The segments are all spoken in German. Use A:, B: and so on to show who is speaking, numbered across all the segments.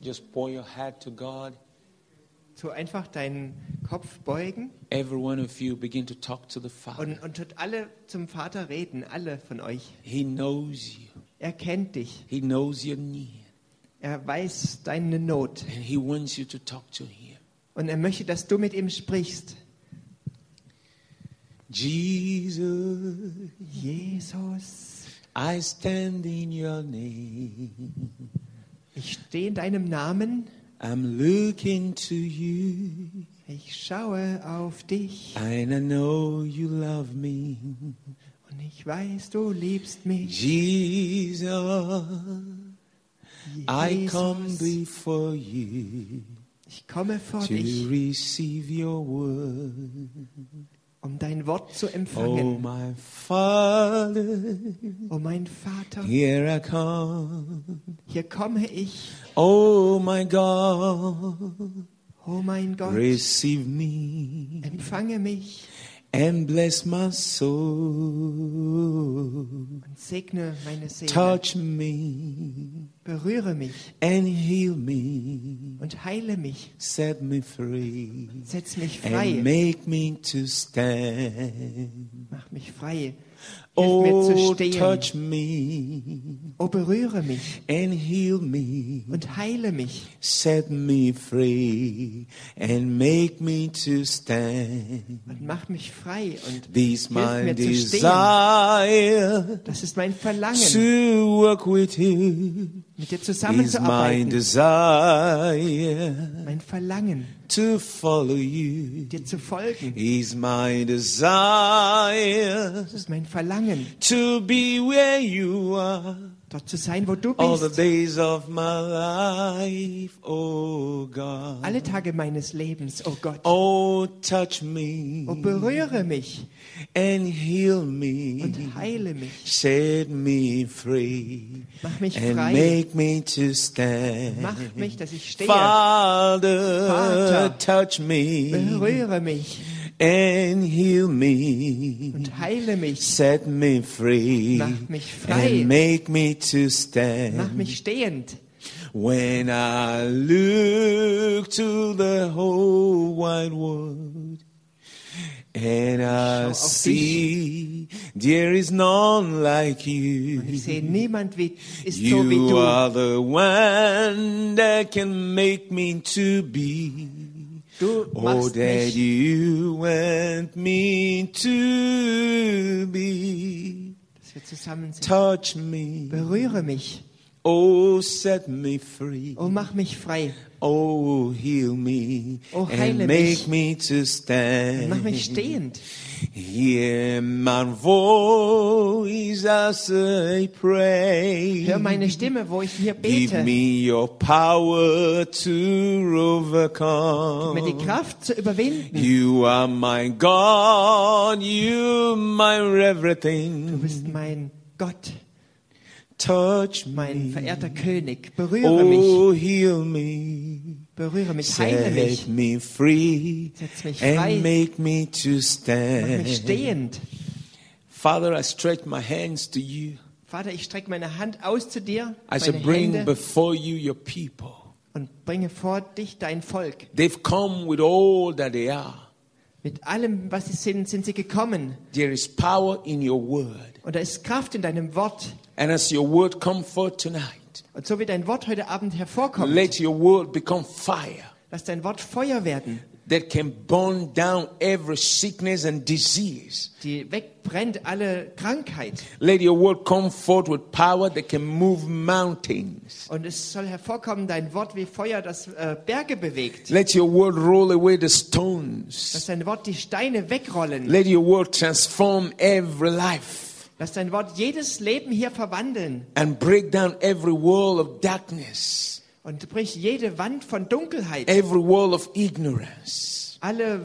A: Just pour your head to God.
B: So einfach deinen Kopf beugen
A: Every one of you begin to talk to the Father.
B: und, und tut alle zum Vater reden, alle von euch.
A: He knows you.
B: Er kennt dich,
A: He knows your need.
B: er weiß deine Not
A: And He wants you to talk to Him.
B: und er möchte, dass du mit ihm sprichst.
A: Jesus,
B: Jesus,
A: I stand in your name.
B: ich stehe in deinem Namen,
A: I'm looking to you.
B: ich schaue auf dich
A: And I know you love me.
B: und ich weiß, du liebst mich.
A: Jesus, I come
B: Jesus,
A: before you
B: ich komme vor
A: to
B: dich,
A: receive your word.
B: um dein Wort zu
A: Oh,
B: empfangen.
A: my Father,
B: Oh mein Vater,
A: here I come.
B: hier komme ich.
A: Oh, my God,
B: Oh mein Gott,
A: receive me
B: empfange mich
A: and bless my soul.
B: und segne meine Seele.
A: Touch me
B: Berühre mich
A: and heal me.
B: und heile mich.
A: Set me free.
B: Setz mich
A: and
B: frei,
A: make me to stand.
B: mach mich frei. Hilf mir
A: Oh,
B: zu stehen.
A: touch me
B: Oh, berühre mich
A: and heal me,
B: und heile mich
A: set me free and make me to stand.
B: und mach mich frei. Und
A: This my
B: mir zu stehen.
A: desire
B: das ist mein Verlangen,
A: to work with you.
B: mit dir
A: Is my
B: zusammenzuarbeiten.
A: desire
B: Mein Verlangen,
A: to follow you.
B: dir zu folgen.
A: Is my desire
B: Das ist mein Verlangen,
A: to be where you are
B: dort zu sein, wo du
A: all the
B: bist.
A: days of my life, oh God.
B: Alle Tage meines Lebens, oh Gott. Oh,
A: Oh, touch me
B: berühre mich
A: and heal
B: und
A: me,
B: heile mich.
A: set me free,
B: Mach mich
A: and
B: frei.
A: make me to stand.
B: Mach mich, dass ich stehe.
A: Father,
B: Vater,
A: touch me
B: Berühre mich
A: and heal me.
B: und heile mich.
A: Set me free
B: Mach mich frei.
A: and make me to
B: Mach
A: stand.
B: mich stehend.
A: When I look to the whole wide world and I
B: Schau auf
A: see there is none like
B: Und ich sehe,
A: you.
B: niemand wie, ist so wie
A: Mhm. You
B: du.
A: are the one that can make me to be.
B: Du
A: Oh, that
B: machst mich,
A: you want me to be.
B: dass wir zusammen sind.
A: Touch me.
B: Berühre mich.
A: Oh, set me free.
B: Oh, mach mich frei.
A: Oh, heal me
B: Oh,
A: and
B: heile
A: make
B: mich.
A: me to stand.
B: Mach mich stehend.
A: Hear my voice as I pray.
B: Hör meine Stimme, wo ich hier
A: Give
B: bete.
A: me your power to
B: Um Mir die
A: overcome.
B: Kraft zu überwinden.
A: You are my God, you my
B: Du
A: everything.
B: bist mein Gott,
A: Touch
B: mein
A: me.
B: verehrter König. Berühre mich.
A: Oh, heal me.
B: Berühre mich. Heile
A: Set
B: mich.
A: me free
B: Setz mich frei.
A: and make me to
B: Mach mich
A: stand.
B: stehend.
A: Father, I stretch my hands to you.
B: Vater, ich strecke meine Hand aus zu dir,
A: I
B: meine
A: shall bring
B: Hände,
A: before you your people.
B: und bringe vor dich dein Volk.
A: They've come with all that they are.
B: Mit allem, was sie sind, sind sie gekommen.
A: There is power in your word.
B: Und da ist Kraft in deinem Wort.
A: And as your word come forth tonight,
B: Und so wie dein Wort heute Abend hervorkommt,
A: let your word become fire
B: lass dein Wort Feuer werden,
A: that can burn down every sickness and disease.
B: die wegbrennt alle Krankheit.
A: Let your word come forth with power that can move mountains.
B: Und es soll hervorkommen, dein Wort wie Feuer, das äh, Berge bewegt.
A: Let your word roll away the stones.
B: Lass dein Wort die Steine wegrollen.
A: Let your word transform every life
B: Lass dein Wort jedes Leben hier verwandeln.
A: and break down every wall of darkness,
B: Und brich jede Wand von Dunkelheit,
A: every wall of ignorance,
B: alle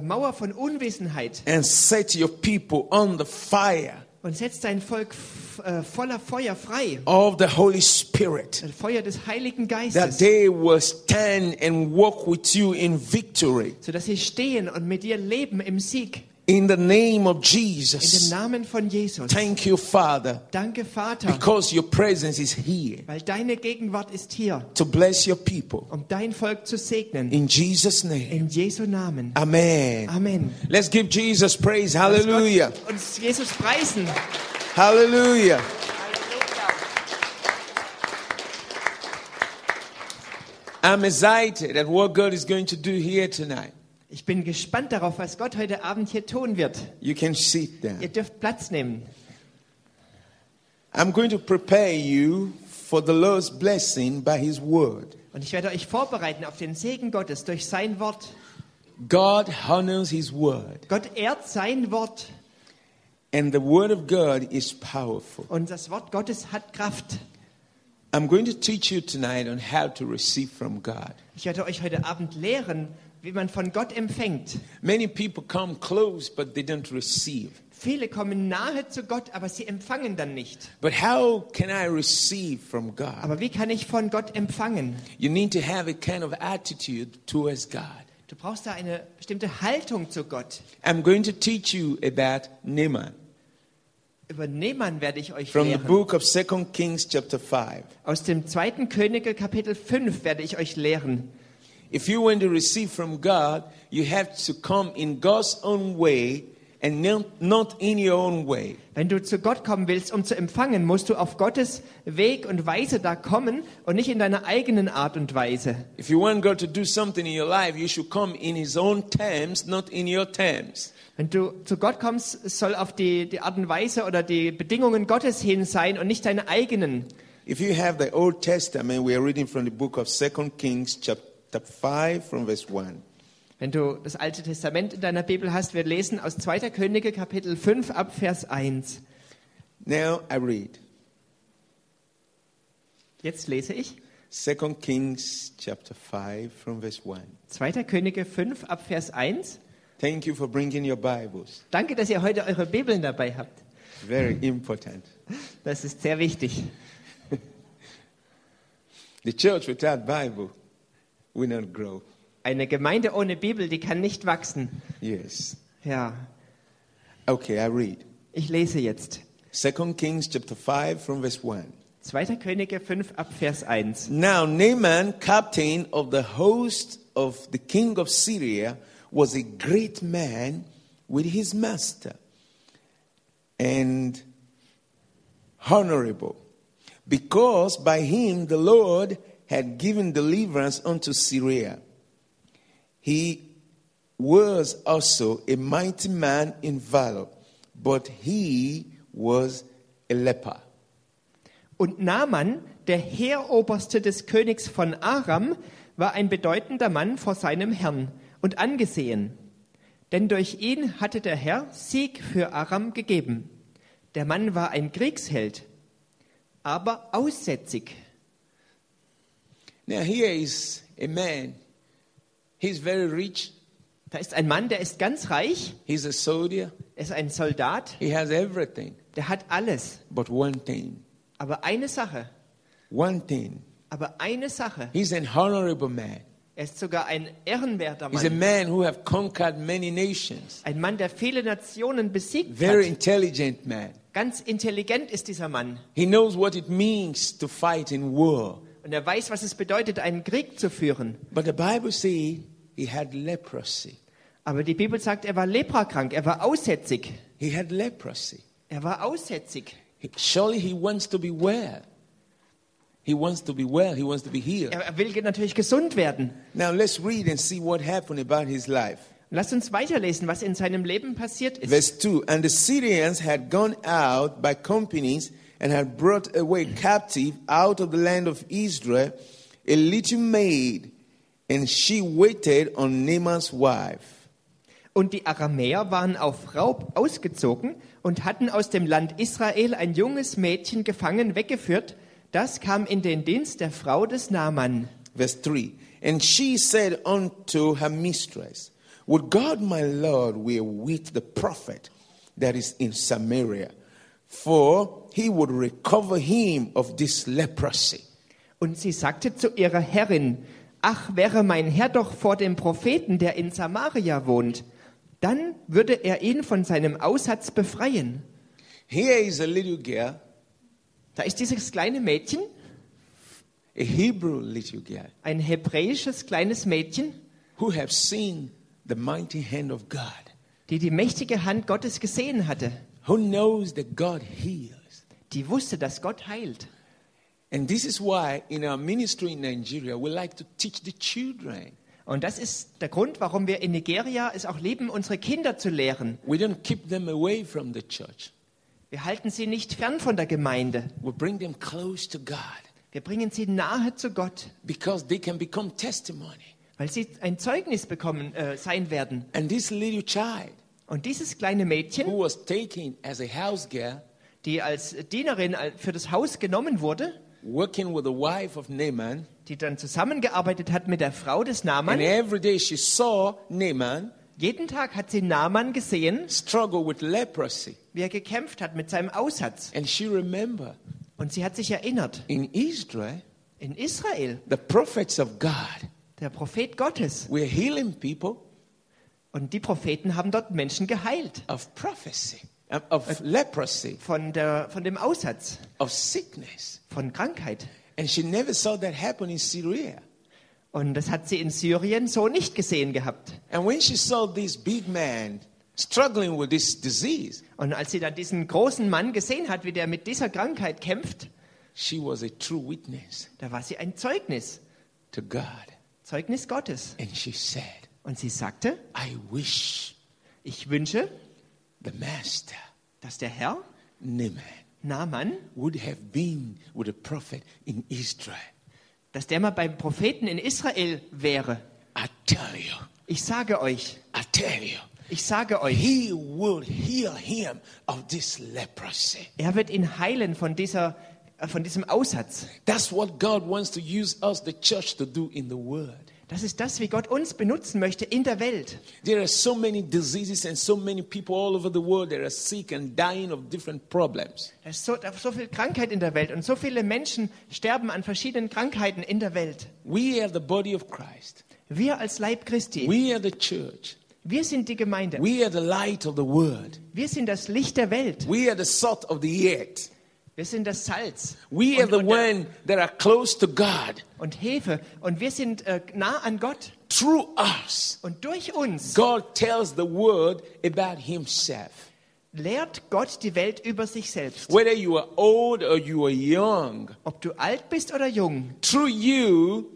B: äh, Mauer von Unwissenheit.
A: and set your people on the fire
B: Und setz dein Volk f- äh, voller Feuer frei.
A: of the Holy Spirit,
B: Das Feuer des Heiligen
A: that
B: Geistes.
A: they will stand and walk with you in victory.
B: Sodass sie stehen und mit dir leben im Sieg.
A: In the name of
B: In dem
A: Jesus.
B: Namen von Jesus.
A: Thank you, Father,
B: Danke, Vater,
A: because your presence is here
B: weil deine Gegenwart ist hier,
A: to bless your people.
B: um dein Volk zu segnen.
A: In Jesus' name.
B: In Jesu Namen.
A: Amen.
B: Amen.
A: Let's give Jesus praise.
B: Lass Gott
A: Hallelujah.
B: Uns Jesus preisen.
A: Hallelujah. I'm excited at what God is going to do here tonight.
B: Ich bin gespannt darauf, was Gott heute Abend hier tun wird.
A: You can sit down.
B: Ihr dürft Platz nehmen.
A: I'm going to prepare you for the Lord's blessing by His word.
B: Und ich werde euch vorbereiten auf den Segen Gottes durch sein Wort.
A: God honors His word,
B: Gott ehrt sein Wort
A: and the word of God is powerful.
B: und das Wort Gottes hat Kraft.
A: I'm going to teach you tonight on how to receive from God.
B: Ich werde euch heute Abend lehren, wie man von Gott empfängt.
A: Many people come close, but they don't receive.
B: Viele kommen nahe zu Gott, aber sie empfangen dann nicht.
A: But how can I receive from God?
B: Aber wie kann ich von Gott empfangen?
A: You need to have a kind of attitude towards God.
B: Du brauchst da eine bestimmte Haltung zu Gott.
A: I'm going to teach you about Naaman
B: Über Nehmann werde ich euch
A: from the
B: lehren.
A: book of 2 Kings, chapter 5.
B: Aus dem zweiten Könige Kapitel 5 werde ich euch lehren.
A: If you want to receive from God, you have to come in God's own way and not- not in your own way.
B: Wenn du zu Gott kommen willst, um zu empfangen, musst du auf Gottes Weg und Weise da kommen und nicht in deiner eigenen Art und Weise.
A: If you want God to do something in your life, you should come in His own terms, not in your terms.
B: Wenn du zu Gott kommst, es soll auf die, die Art und Weise oder die Bedingungen Gottes hin sein und nicht deine eigenen.
A: If you have the Old Testament, we are reading from the book of 2 Kings, chapter 5, from verse 1.
B: Wenn du das Alte Testament in deiner Bibel hast, wir lesen aus 2. Könige Kapitel 5 ab Vers 1.
A: Now I read
B: Jetzt lese ich
A: 2 Kings, chapter 5, from verse 1.
B: 2. Könige 5 ab Vers 1.
A: Thank you for bringing your Bibles.
B: Danke, dass ihr heute eure Bibeln dabei habt.
A: Very important.
B: Das ist sehr wichtig.
A: The church without Bible will not grow.
B: Eine Gemeinde ohne Bibel, die kann nicht wachsen.
A: Yes.
B: Ja,
A: Okay, I read.
B: ich lese jetzt.
A: 2 Kings chapter 5 from verse 1.
B: 2. Könige 5 ab Vers 1.
A: Now Naaman, captain of the host of the king of Syria, was a great man with his master and honorable, because by him the Lord had given deliverance unto Syria. He was also a mighty man in valor, but he was a leper.
B: Und Naaman, der Heeroberste des Königs von Aram, war ein bedeutender Mann vor seinem Herrn und angesehen. Denn durch ihn hatte der Herr Sieg für Aram gegeben. Der Mann war ein Kriegsheld, aber aussätzig.
A: Now, here is a man. He's very rich.
B: Da ist ein Mann, der ist ganz reich,
A: He's a soldier.
B: er ist ein Soldat,
A: He has everything.
B: der hat alles.
A: But one thing.
B: Aber eine Sache,
A: One thing.
B: aber eine Sache.
A: He's an honorable man.
B: Er ist sogar ein ehrenwerter
A: He's a
B: Mann.
A: man who have conquered many nations.
B: Ein Mann, der viele Nationen besiegt
A: Very
B: hat.
A: intelligent man.
B: Ganz intelligent ist dieser Mann.
A: He knows what it means to fight in war.
B: Und er weiß, was es bedeutet, einen Krieg zu führen.
A: But the Bible says he had leprosy.
B: Aber die Bibel sagt, er war leprakrank, er war aussätzig.
A: He had leprosy.
B: Er war aussätzig.
A: He- Surely he wants to be well. He wants to be well. He wants to be healed.
B: Er, er will ge- natürlich gesund werden.
A: Now let's read and see what happened about his life.
B: Und lasst uns weiterlesen, was in seinem Leben passiert ist.
A: Verse 2 And the Syrians had gone out by companies and had brought away captive out of the land of Israel a little maid, and she waited on Naaman's wife.
B: Und die Aramäer waren auf Raub ausgezogen und hatten aus dem Land Israel ein junges Mädchen gefangen weggeführt. Das kam in den Dienst der Frau des Naaman.
A: Verse 3 And she said unto her mistress, Would God my Lord were with the prophet that is in Samaria, for he would recover him of this leprosy.
B: Und sie sagte zu ihrer Herrin, ach wäre mein Herr doch vor dem Propheten, der in Samaria wohnt, Dann würde er ihn von seinem Aussatz befreien.
A: Here is a little girl,
B: Da ist dieses kleine Mädchen,
A: a Hebrew little girl,
B: ein hebräisches kleines Mädchen,
A: who have seen the mighty hand of God,
B: die die mächtige Hand Gottes gesehen hatte.
A: who knows that God heals.
B: Die wusste, dass Gott heilt.
A: And this is why in our ministry in Nigeria, we like to teach the children.
B: Und das ist der Grund, warum wir in Nigeria es auch lieben, unsere Kinder zu lehren.
A: We don't keep them away from the church.
B: Wir halten sie nicht fern von der Gemeinde.
A: We bring them close to God
B: Wir bringen sie nahe zu Gott,
A: because they can become testimony.
B: weil sie ein Zeugnis bekommen äh, sein werden.
A: And this little child
B: Und dieses kleine
A: who
B: Mädchen,
A: was taken as a house girl,
B: die als Dienerin äh, für das Haus genommen wurde,
A: working with the wife of Naaman,
B: die dann zusammengearbeitet hat mit der Frau des
A: and
B: Naaman,
A: every day she saw Naaman
B: jeden Tag hat sie Naaman gesehen,
A: struggle with leprosy.
B: wie er gekämpft hat mit seinem Aussatz.
A: And she remembered
B: Und sie hat sich erinnert,
A: in Israel,
B: in Israel,
A: the prophets of God
B: der Prophet Gottes.
A: were healing people
B: Und die Propheten haben dort Menschen geheilt.
A: of prophecy, um, of leprosy,
B: von, der, von dem Aussatz,
A: of sickness.
B: von Krankheit.
A: And she never saw that happen in Syria.
B: Und das hat sie in Syrien so nicht gesehen gehabt.
A: And when she saw this big man struggling with this disease,
B: Und als sie dann diesen großen Mann gesehen hat, wie der mit dieser Krankheit kämpft,
A: she was a true witness
B: da war sie ein Zeugnis,
A: to God.
B: Zeugnis Gottes.
A: And she said,
B: Und sie sagte,
A: I wish
B: ich wünsche,
A: the master,
B: dass der Herr
A: Naaman,
B: Naaman,
A: would have been with the prophet in Israel.
B: dass der mal beim Propheten in Israel wäre.
A: I tell you,
B: Ich sage euch,
A: I tell you,
B: ich sage euch,
A: he will heal him of this leprosy.
B: er wird ihn heilen von, dieser, äh, von diesem Aussatz.
A: That's what God wants to use us, the church, to do in the world.
B: Das ist das, wie Gott uns benutzen möchte in der Welt.
A: There are so many diseases and so many people all over the world that are sick and dying of different problems.
B: Da ist so, da ist so viel Krankheit in der Welt und so viele Menschen sterben an verschiedenen Krankheiten in der Welt.
A: We are the body of Christ.
B: Wir als Leib Christi,
A: We are the church.
B: wir sind die Gemeinde,
A: We are the light of the world.
B: wir sind das Licht der Welt,
A: We are the salt of the earth.
B: wir sind das Salz
A: We are
B: und,
A: the
B: und, der-
A: one that are close to God.
B: und Hefe und wir sind äh, nah an Gott
A: Through us,
B: und durch uns
A: God tells the world about Himself.
B: lehrt Gott die Welt über sich selbst.
A: Whether you are old or you are young,
B: Ob du alt bist oder jung,
A: through you,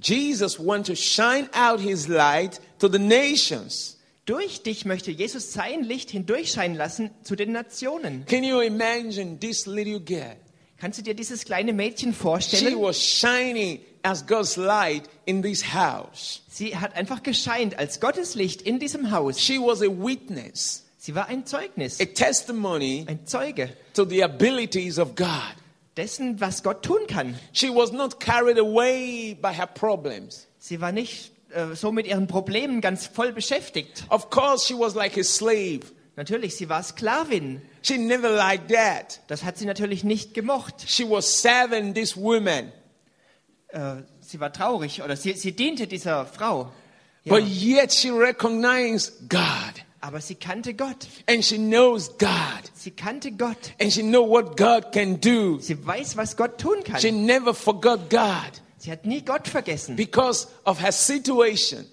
A: Jesus wants to shine out His light to the nations.
B: durch dich möchte Jesus sein Licht hindurchscheinen lassen zu den Nationen.
A: Can you imagine this little girl?
B: Kannst du dir dieses kleine Mädchen
A: She
B: vorstellen?
A: was shining as God's light in this house.
B: Sie hat einfach gescheint als Gottes Licht in diesem Haus.
A: She was a witness,
B: Sie war ein Zeugnis,
A: a testimony
B: ein Zeuge
A: to the abilities of God.
B: dessen, was Gott tun kann.
A: She was not carried away by her problems.
B: Sie war nicht äh, so mit ihren Problemen ganz voll beschäftigt.
A: Of course, she was like a slave.
B: Natürlich, sie war Sklavin.
A: She never liked that.
B: Das hat sie natürlich nicht gemocht.
A: She was serving this woman.
B: Äh, sie war traurig oder sie, sie diente dieser Frau. Ja,
A: But yet she recognized God.
B: aber sie kannte Gott.
A: And she knows God.
B: Sie kannte Gott.
A: And she knows what God can do.
B: Sie weiß, was Gott tun
A: She
B: kann.
A: never forgot God
B: Sie hat nie Gott vergessen
A: because of her situation.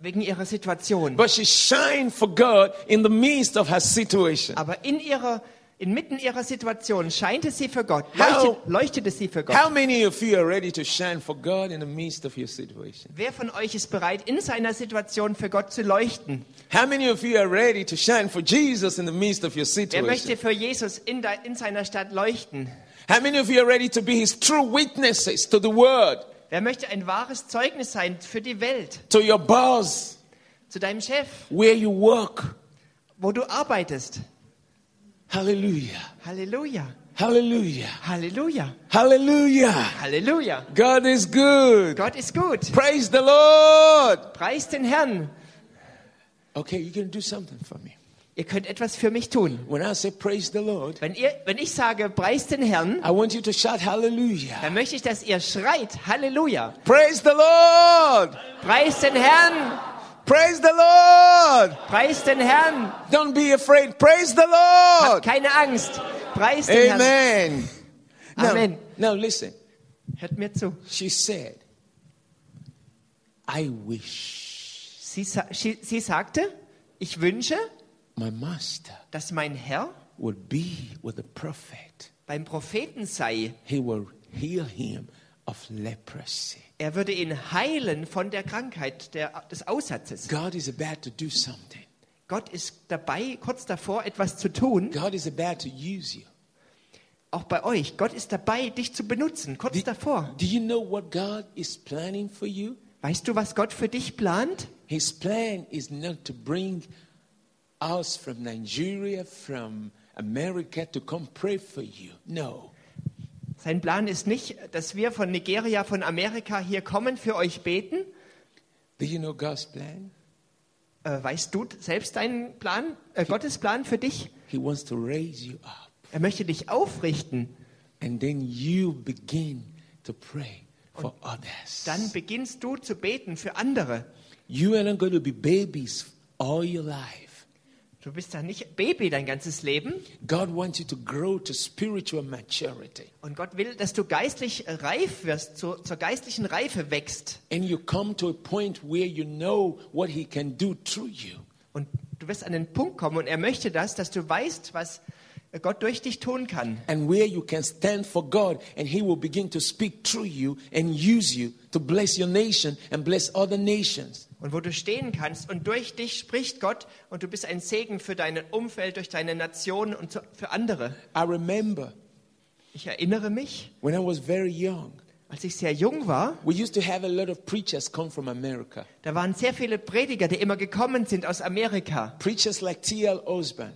B: wegen ihrer Situation.
A: But she shined for God in the midst of her situation.
B: Aber in ihrer, inmitten ihrer Situation scheinte sie für Gott,
A: How-
B: leuchtet, leuchtete sie für Gott.
A: How many of you are ready to shine for God in the midst of your situation?
B: Wer von euch ist bereit, in seiner Situation für Gott zu leuchten?
A: How many of you are ready to shine for Jesus in the midst of your
B: Wer möchte
A: situation?
B: für Jesus in, de, in seiner Stadt leuchten?
A: How many of you are ready to be his true witnesses to the world,
B: Wer möchte ein wahres Zeugnis sein für die Welt,
A: to your boss,
B: zu deinem Chef,
A: where you work?
B: wo du arbeitest?
A: Hallelujah.
B: Halleluja,
A: Hallelujah.
B: Halleluja,
A: Hallelujah.
B: Halleluja.
A: God is good.
B: Gott ist gut.
A: Praise the Lord.
B: Preis den Herrn.
A: Okay, you can do something for me.
B: Ihr könnt etwas für mich tun.
A: When I say praise the Lord,
B: Wenn, ihr, wenn ich sage, preis den Herrn,
A: I want you to shout hallelujah.
B: dann möchte ich, dass ihr schreit, Halleluja.
A: Praise the Lord.
B: Preis den Herrn.
A: Praise the Lord.
B: Preis den Herrn.
A: Don't be afraid. Praise the
B: Habt
A: Lord.
B: keine Angst. Preis den Herrn.
A: Amen. Now,
B: Amen.
A: now listen.
B: Hört mir zu.
A: She said, I wish
B: Sie, sa sie, sie sagte, ich wünsche,
A: my master
B: dass mein Herr
A: would be with the prophet.
B: beim Propheten sei.
A: He will heal him of leprosy.
B: Er würde ihn heilen von der Krankheit der, des Aussatzes.
A: God is about to do something.
B: Gott ist dabei, kurz davor etwas zu tun,
A: God is about to use you.
B: auch bei euch. Gott ist dabei, dich zu benutzen, kurz davor.
A: Do you know what God is planning for you?
B: Weißt du, was Gott für dich plant?
A: His plan is not to bring us from Nigeria, from America to come pray for you. No.
B: Sein Plan ist nicht, dass wir von Nigeria, von Amerika hier kommen, für euch beten.
A: Do you know God's plan?
B: Äh, weißt du selbst deinen Plan, äh, Gottes Plan für dich?
A: He wants to raise you up.
B: Er möchte dich aufrichten.
A: And then you begin to pray for others.
B: Dann beginnst du zu beten für andere.
A: You are not going to be babies all your life.
B: Du bist ja nicht Baby dein ganzes Leben.
A: God wants you to grow to spiritual maturity.
B: Und Gott will, dass du geistlich reif wirst, zur, zur geistlichen Reife wächst.
A: And you come to a point where you know what He can do through you.
B: Und du wirst an den Punkt kommen und er möchte das, dass du weißt, was Gott durch dich tun kann.
A: And where you can stand for God, and He will begin to speak through you and use you to bless your nation and bless other nations.
B: Und wo du stehen kannst und durch dich spricht Gott und du bist ein Segen für dein Umfeld, durch deine Nation und zu- für andere.
A: I remember
B: Ich erinnere mich,
A: when I was very young,
B: als ich sehr jung war,
A: we used to have a lot of preachers come from America.
B: da waren sehr viele Prediger, die immer gekommen sind aus Amerika.
A: Preachers like T.L. Osborne,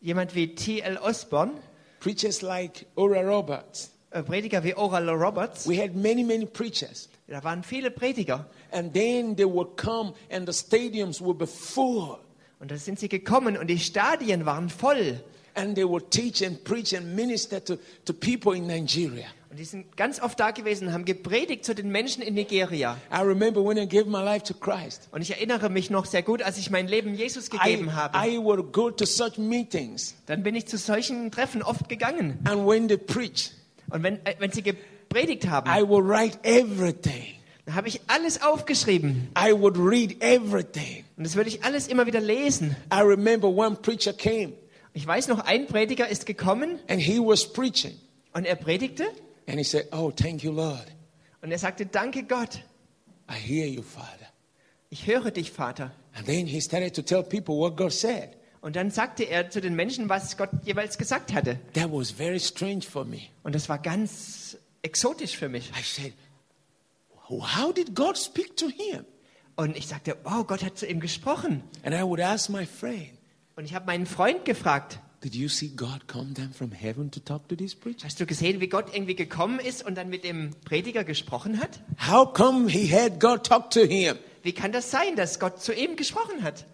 B: Jemand wie T.L. Osborne,
A: preachers like Ora Roberts.
B: äh, Prediger wie Oral Roberts.
A: We had many, many preachers.
B: Da waren viele Prediger.
A: And then they would come, and the stadiums would be full.
B: Und da sind sie gekommen und die Stadien waren voll.
A: And they would teach and preach and minister to, to people in Nigeria.
B: Und die sind ganz oft da gewesen und haben gepredigt zu den Menschen in Nigeria.
A: I remember when I gave my life to Christ.
B: Und ich erinnere mich noch sehr gut, als ich mein Leben Jesus
A: I,
B: gegeben habe.
A: I would go to such meetings,
B: Dann bin ich zu solchen Treffen oft gegangen.
A: and when they preach,
B: Und wenn, äh, wenn sie gepredigt haben,
A: I would write everything.
B: dann habe ich alles aufgeschrieben.
A: I would read everything.
B: Und das würde ich alles immer wieder lesen.
A: I remember one preacher came,
B: Ich weiß noch, ein Prediger ist gekommen
A: and he was preaching,
B: und er predigte
A: and he said, "Oh, thank you, Lord.
B: und er sagte, danke Gott,
A: I hear you, Father."
B: ich höre dich, Vater.
A: And then he started to tell people what God said.
B: Und dann sagte er zu den Menschen, was Gott jeweils gesagt hatte.
A: That was very strange for me.
B: Und das war ganz exotisch für mich.
A: I said, How did God speak to him?
B: Und ich sagte, wow, Gott hat zu ihm gesprochen.
A: And I would ask my friend,
B: Und ich habe meinen Freund gefragt,
A: Did you see God come down from heaven to talk to this preacher?
B: hast du gesehen, wie Gott irgendwie gekommen ist und dann mit dem Prediger gesprochen hat?
A: How come he had God talk to him?
B: Wie kann das sein, dass Gott zu ihm gesprochen hat?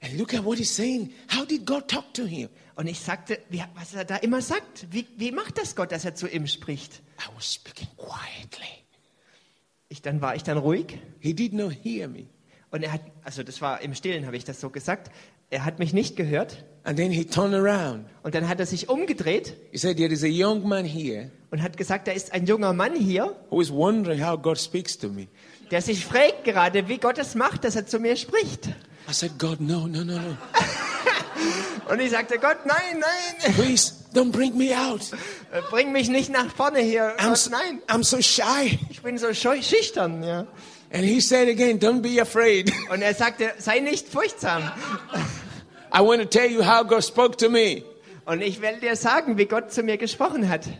A: And look at what he's saying. How did God talk to him?
B: Und ich sagte, wie, was er da immer sagt. Wie, wie macht das Gott, dass er zu ihm spricht?
A: I was speaking quietly.
B: Ich, dann war ich dann ruhig
A: He did not hear me.
B: und er hat, also das war im Stillen, habe ich das so gesagt. Er hat mich nicht gehört
A: And then he turned around.
B: und dann hat er sich umgedreht
A: He said, There is a young man here
B: und hat gesagt, da ist ein junger Mann hier,
A: who is wondering how God speaks to me.
B: der sich fragt gerade, wie Gott es macht, dass er zu mir spricht.
A: I said, God, no, no, no, no.
B: Und ich sagte, Gott, nein, nein,
A: Please don't bring me out.
B: äh, bring mich nicht nach vorne hier.
A: I'm,
B: Gott,
A: so,
B: nein,
A: I'm so shy.
B: ich bin so scheu- schüchtern. Ja.
A: And he said again, Don't be afraid.
B: Und er sagte, sei nicht furchtsam.
A: I want to tell you how God spoke to me.
B: Und ich will dir sagen, wie Gott zu mir gesprochen hat.
A: I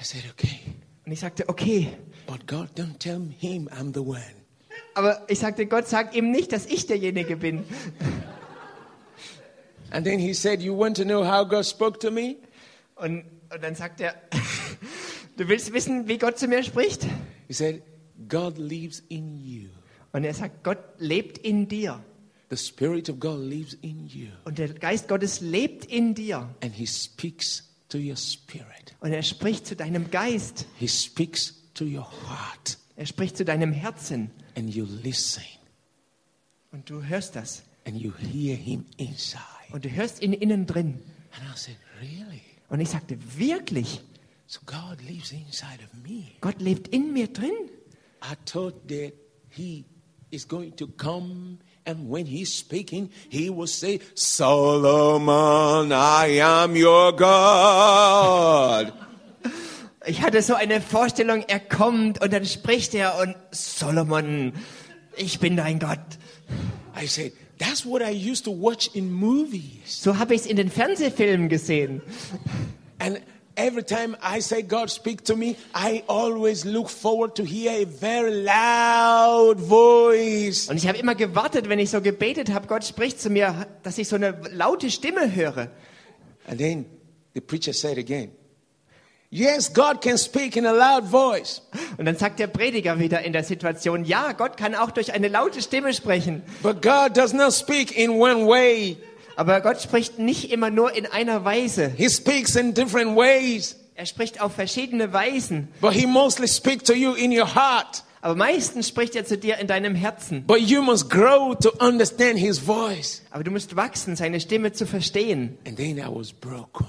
A: said, Okay.
B: Und ich sagte, okay.
A: But God, don't tell him I'm the one.
B: Aber ich sagte, Gott sagt ihm nicht, dass ich derjenige bin.
A: And then he said, You want to know how God spoke to me?
B: Und, und dann sagt er, du willst wissen, wie Gott zu mir spricht?
A: He said, God lives in you.
B: Und er sagt, Gott lebt in dir.
A: The Spirit of God lives in you.
B: Und der Geist Gottes lebt in dir.
A: And he speaks to your spirit,
B: Und er spricht zu deinem Geist.
A: he speaks to your heart.
B: Er spricht zu deinem Herzen.
A: And you listen.
B: Und du hörst das.
A: and you hear him inside.
B: Und du hörst ihn innen drin.
A: And I said, Really?
B: Und ich sagte, wirklich?
A: So God lives inside of me.
B: Gott lebt in mir drin?
A: I thought that he is going to come. And when he's speaking, he will say, Solomon, I am your God.
B: Ich hatte so eine Vorstellung, er kommt und dann spricht er und Solomon, ich bin dein Gott.
A: I said, That's what I used to watch in movies.
B: So habe ich es in den Fernsehfilmen gesehen.
A: And every time I say God speak to me, I always look forward to hear a very loud voice.
B: Und ich habe immer gewartet, wenn ich so gebetet habe, Gott spricht zu mir, dass ich so eine laute Stimme höre.
A: And then the preacher said again, Yes, God can speak in a loud voice.
B: Und dann sagt der Prediger wieder in der Situation, ja, Gott kann auch durch eine laute Stimme sprechen.
A: But God does not speak in one way.
B: Aber Gott spricht nicht immer nur in einer Weise.
A: He speaks in different ways.
B: Er spricht auf verschiedene Weisen.
A: But He mostly speaks to you in your heart.
B: Aber meistens spricht er zu dir in deinem Herzen.
A: But you must grow to understand His voice.
B: Aber du musst wachsen, seine Stimme zu verstehen.
A: And then I was broken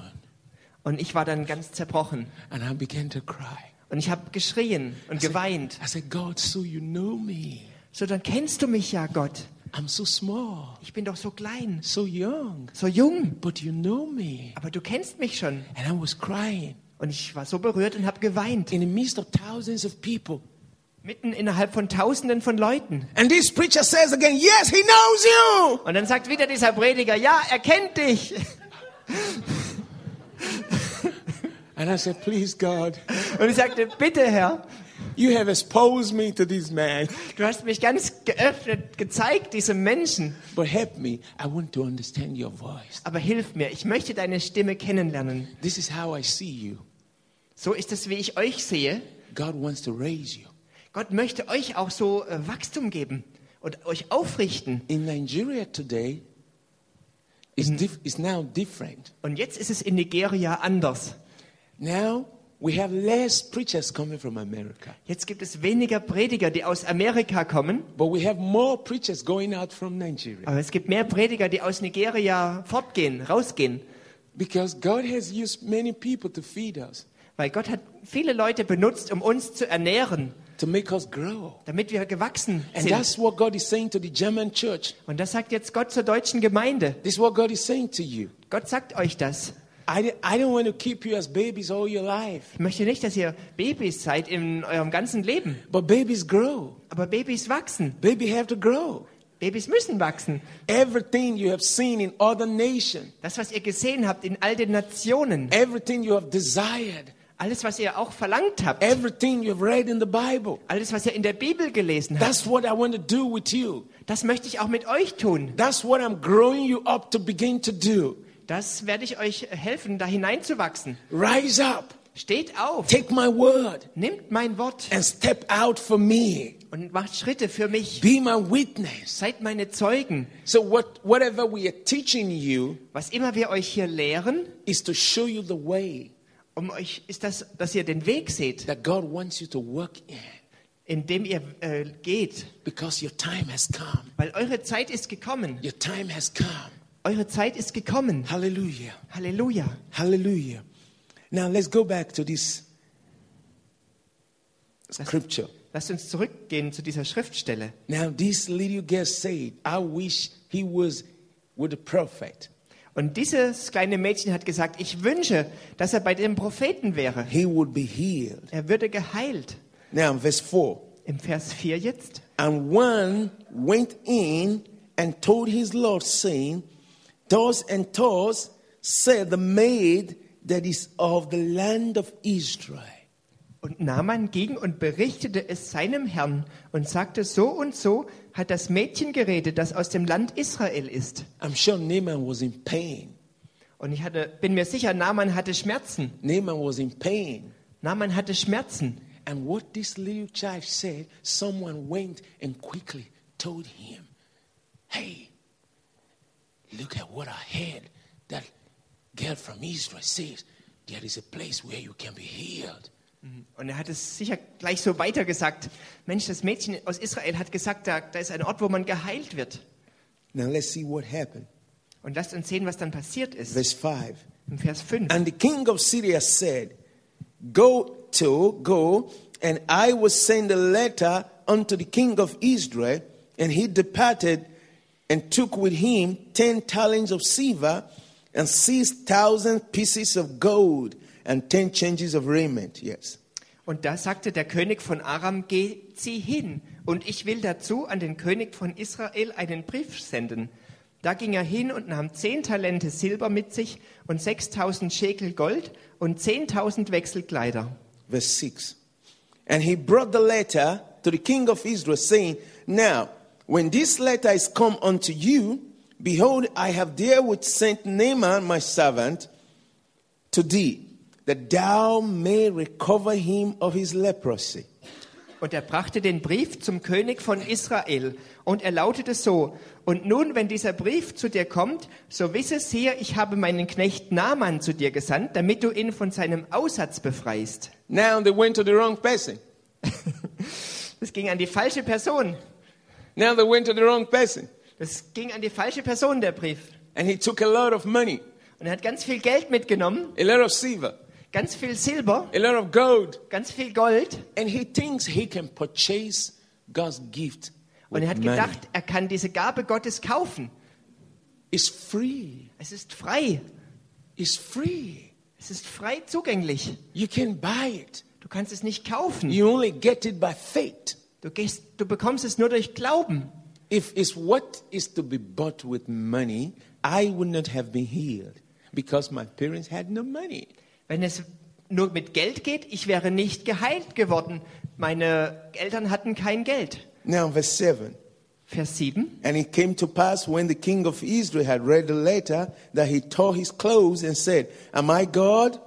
B: Und ich war dann ganz zerbrochen.
A: and I began to cry.
B: Und ich habe geschrien und geweint.
A: I said, God, so you know me.
B: So, dann kennst du mich ja, Gott.
A: I'm so small,
B: Ich bin doch so klein,
A: so young,
B: so jung.
A: but you know me.
B: Aber du kennst mich schon.
A: And I was crying
B: Und ich war so berührt und habe geweint.
A: in the midst of thousands of people.
B: Mitten innerhalb von Tausenden von Leuten.
A: And this preacher says again, Yes, He knows you.
B: Und dann sagt wieder dieser Prediger, ja, er kennt dich.
A: And I said, Please, God,
B: Und ich sagte, bitte Herr,
A: you have exposed me to this man.
B: du hast mich ganz geöffnet, gezeigt, diesem Menschen.
A: But help me, I want to understand your voice.
B: Aber hilf mir, ich möchte deine Stimme kennenlernen.
A: This is how I see you.
B: So ist es, wie ich euch sehe.
A: God wants to raise you.
B: Gott möchte euch auch so äh, Wachstum geben und euch aufrichten.
A: In Nigeria today, it's, dif- it's now different.
B: Und jetzt ist es in Nigeria anders.
A: Now we have less preachers coming from America,
B: Jetzt gibt es weniger Prediger, die aus Amerika kommen,
A: but we have more preachers going out from Nigeria
B: aber es gibt mehr Prediger, die aus Nigeria fortgehen, rausgehen.
A: because God has used many people to feed us,
B: Weil Gott hat viele Leute benutzt, um uns zu ernähren,
A: to make us grow.
B: damit wir gewachsen
A: And
B: sind.
A: that's what God is saying to the German church.
B: Und das sagt jetzt Gott zur deutschen Gemeinde.
A: This is what God is saying to you.
B: Gott sagt euch das.
A: I, I don't want to keep you as babies all your life,
B: Ich möchte nicht, dass ihr Babys seid in eurem ganzen Leben.
A: but babies grow.
B: Aber Babys wachsen.
A: Baby have to grow.
B: Babys müssen wachsen.
A: Everything you have seen in other nation,
B: Das, was ihr gesehen habt in all den Nationen,
A: everything you have desired,
B: alles, was ihr auch verlangt habt,
A: everything you've read in the Bible.
B: alles, was ihr in der Bibel gelesen habt,
A: That's what I want to do with you.
B: das möchte ich auch mit euch tun.
A: That's what I'm growing you up to begin to do.
B: Das werde ich euch helfen, da hineinzuwachsen.
A: Rise up,
B: Steht auf,
A: take my word,
B: nimmt mein Wort
A: and step out for me.
B: und macht Schritte für mich.
A: Be my witness.
B: Seid meine Zeugen.
A: So, what, whatever we are teaching you
B: Was immer wir euch hier lehren,
A: is to show you the way
B: um euch ist das, dass ihr den Weg seht,
A: that God wants you to work in
B: in dem ihr äh, geht.
A: because your time has come.
B: Weil eure Zeit ist gekommen.
A: Your time has come.
B: Eure Zeit ist gekommen.
A: Hallelujah.
B: Halleluja.
A: Hallelujah. Now, let's go back to this scripture.
B: Lasst uns zurückgehen zu dieser Schriftstelle.
A: Now, this little girl said, I wish he was with the prophet.
B: Und dieses kleine Mädchen hat gesagt, ich wünsche, dass er bei dem Propheten wäre.
A: He would be healed.
B: Er würde geheilt.
A: Now, verse 4.
B: Im Vers 4 jetzt.
A: And one went in and told his Lord, saying, Thus and thus said the maid that is of the land of Israel.
B: Und Naaman ging und berichtete es seinem Herrn und sagte, so und so hat das Mädchen geredet, das aus dem Land Israel ist.
A: I'm sure Naaman was in pain.
B: Und ich hatte, bin mir sicher, Naaman hatte Schmerzen.
A: Naaman was in pain.
B: Naaman hatte Schmerzen.
A: And what this little child said, someone went and quickly told him, Hey, look at what I heard. That girl from Israel says there is a place where you can be healed.
B: Und er hat es sicher gleich so weitergesagt. Mensch, das Mädchen aus Israel hat gesagt, da, da ist ein Ort, wo man geheilt wird.
A: Now let's see what happened.
B: Und lasst uns sehen, was dann passiert ist.
A: Verse 5.
B: Im Vers 5.
A: And the king of Syria said, Go to, go, and I will send a letter unto the king of Israel. And he departed and took with him ten talents of silver and six thousand pieces of gold and ten changes of raiment. Yes.
B: Und da sagte der König von Aram, geh, zieh hin, und ich will dazu an den König von Israel einen Brief senden. Da ging er hin und nahm zehn Talente Silber mit sich und 6000 Schekel Gold und 10.000 Wechselkleider.
A: verse 6. And he brought the letter to the king of Israel, saying, Now, when this letter is come unto you, behold, I have therewith sent Naaman, my servant, to thee, that thou may recover him of his leprosy.
B: Und er brachte den Brief zum König von Israel. Und er lautete so, und nun, wenn dieser Brief zu dir kommt, so wisse siehe, ich habe meinen Knecht Naaman zu dir gesandt, damit du ihn von seinem Aussatz befreist.
A: Now they went to the wrong person.
B: Das ging an die falsche Person.
A: Now they went to the wrong person.
B: Das ging an die falsche Person, der Brief.
A: And he took a lot of money,
B: Und er hat ganz viel Geld mitgenommen,
A: a lot of silver,
B: ganz viel Silber,
A: a lot of gold,
B: ganz viel Gold.
A: and he thinks he can purchase God's gift.
B: Und
A: With
B: er hat
A: money.
B: gedacht, er kann diese Gabe Gottes kaufen.
A: It's free.
B: Es ist frei.
A: It's free.
B: Es ist frei zugänglich.
A: You can buy it.
B: Du kannst es nicht kaufen.
A: You only get it by faith.
B: Du, gehst, du bekommst es nur durch Glauben.
A: If it's what is to be bought with money, I would not have been healed because my parents had no money.
B: Wenn es nur mit Geld geht, ich wäre nicht geheilt geworden. Meine Eltern hatten kein Geld.
A: Now, verse 7.
B: Vers 7.
A: And it came to pass when the king of Israel had read the letter that he tore his clothes and said, Am I God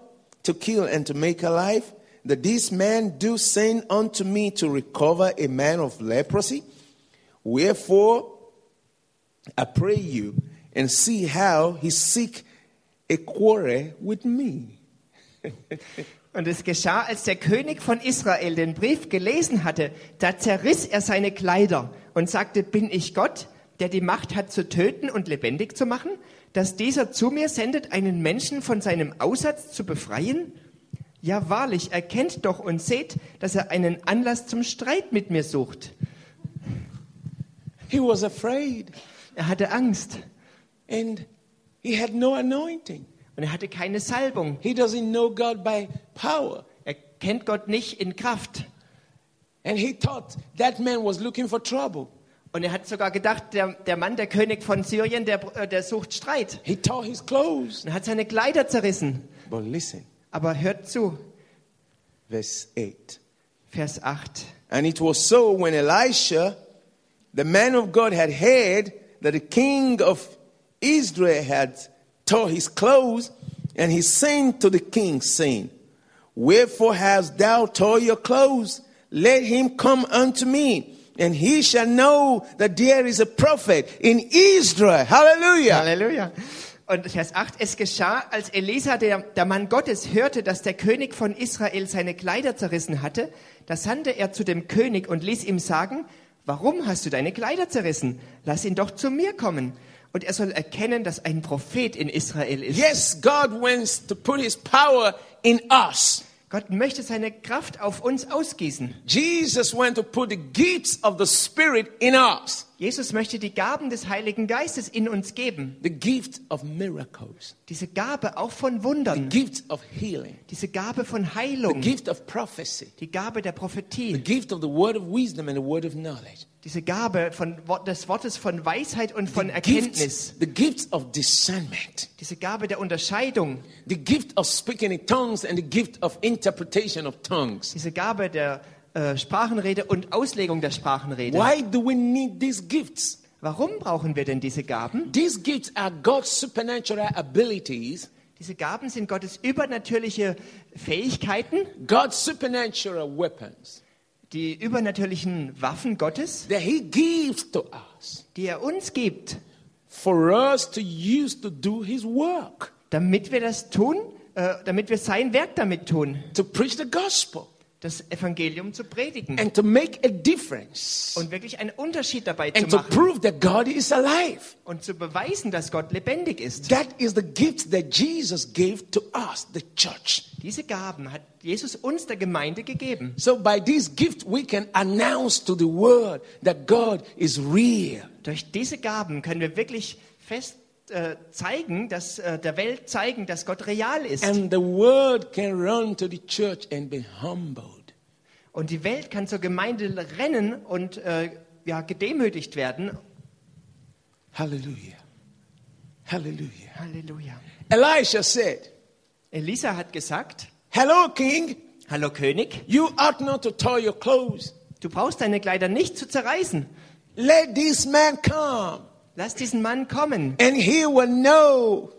A: to kill and to make alive? That this man do send unto me to recover a man of leprosy? Wherefore I pray you and see how he seek a quarrel with me.
B: Und es geschah, als der König von Israel den Brief gelesen hatte, da zerriss er seine Kleider und sagte, bin ich Gott, der die Macht hat zu töten und lebendig zu machen, dass dieser zu mir sendet, einen Menschen von seinem Aussatz zu befreien? Ja wahrlich, erkennt doch und seht, dass er einen Anlass zum Streit mit mir sucht.
A: He was afraid
B: Er hatte Angst
A: and he had no anointing.
B: und er hatte keine Salbung.
A: He doesn't know God by power.
B: Er kennt Gott nicht in Kraft.
A: And he thought that man was looking for trouble.
B: Und er hat sogar gedacht, der, der Mann, der König von Syrien, der, äh, der sucht Streit.
A: He tore his clothes.
B: Und er hat seine Kleider zerrissen.
A: But listen,
B: Aber hört zu,
A: verse 8.
B: Vers 8.
A: And it was so when Elisha, the man of God, had heard that the king of Israel had tore his clothes, and he sent to the king, saying, Wherefore hast thou tore your clothes? Let him come unto me, and he shall know that there is a prophet in Israel. Hallelujah.
B: Halleluja. Und Vers 8, es geschah, als Elisa, der, der Mann Gottes, hörte, dass der König von Israel seine Kleider zerrissen hatte, da sandte er zu dem König und ließ ihm sagen, warum hast du deine Kleider zerrissen? Lass ihn doch zu mir kommen. Und er soll erkennen, dass ein Prophet in Israel ist.
A: Yes, God wants to put his power in us.
B: Gott möchte seine Kraft auf uns ausgießen.
A: Jesus went to put the gifts of the Spirit in us
B: Jesus möchte die Gaben des Heiligen Geistes in uns geben.
A: the gift of miracles,
B: Diese Gabe auch von
A: the
B: Wundern,
A: gift of healing,
B: diese Gabe von
A: the
B: Heilung,
A: gift of prophecy,
B: die Gabe der
A: the
B: Prophetie,
A: gift of the word of wisdom and the word of knowledge,
B: diese Gabe von, Wort- des Wortes von Weisheit und von
A: gifts,
B: Erkenntnis,
A: the gift of discernment,
B: diese Gabe der Unterscheidung,
A: the gift of speaking in tongues, and the gift of interpretation of tongues.
B: diese Gabe der äh, Sprachenrede und Auslegung der Sprachenrede.
A: Why do we need these gifts?
B: Warum brauchen wir denn diese Gaben?
A: These gifts are God's supernatural abilities,
B: Diese Gaben sind Gottes übernatürliche Fähigkeiten,
A: God's supernatural weapons
B: die übernatürlichen Waffen Gottes,
A: that He gives to us.
B: die er uns gibt.
A: for us to use to do his work,
B: damit wir das tun, äh, damit wir sein Werk damit tun,
A: to preach the gospel,
B: das Evangelium zu predigen
A: and to make a difference
B: und wirklich einen Unterschied dabei zu
A: and to
B: machen
A: prove that God is alive.
B: und zu beweisen, dass Gott lebendig ist.
A: That is the gift that Jesus gave to us, the church.
B: Diese Gaben hat Jesus uns der Gemeinde gegeben.
A: So by this gift, we can announce to the world that God is real.
B: Durch diese Gaben können wir wirklich fest äh, zeigen, dass äh, der Welt zeigen, dass Gott real ist.
A: And the world can run to the church and be humbled.
B: Und die Welt kann zur Gemeinde rennen und äh, ja, gedemütigt werden.
A: Hallelujah. Hallelujah.
B: Halleluja.
A: Elisha said,
B: Elisa hat gesagt,
A: Hello, King.
B: Hallo König,
A: You ought not to tear your clothes.
B: du brauchst deine Kleider nicht zu zerreißen.
A: Let this man come,
B: Lass diesen Mann kommen
A: and he will know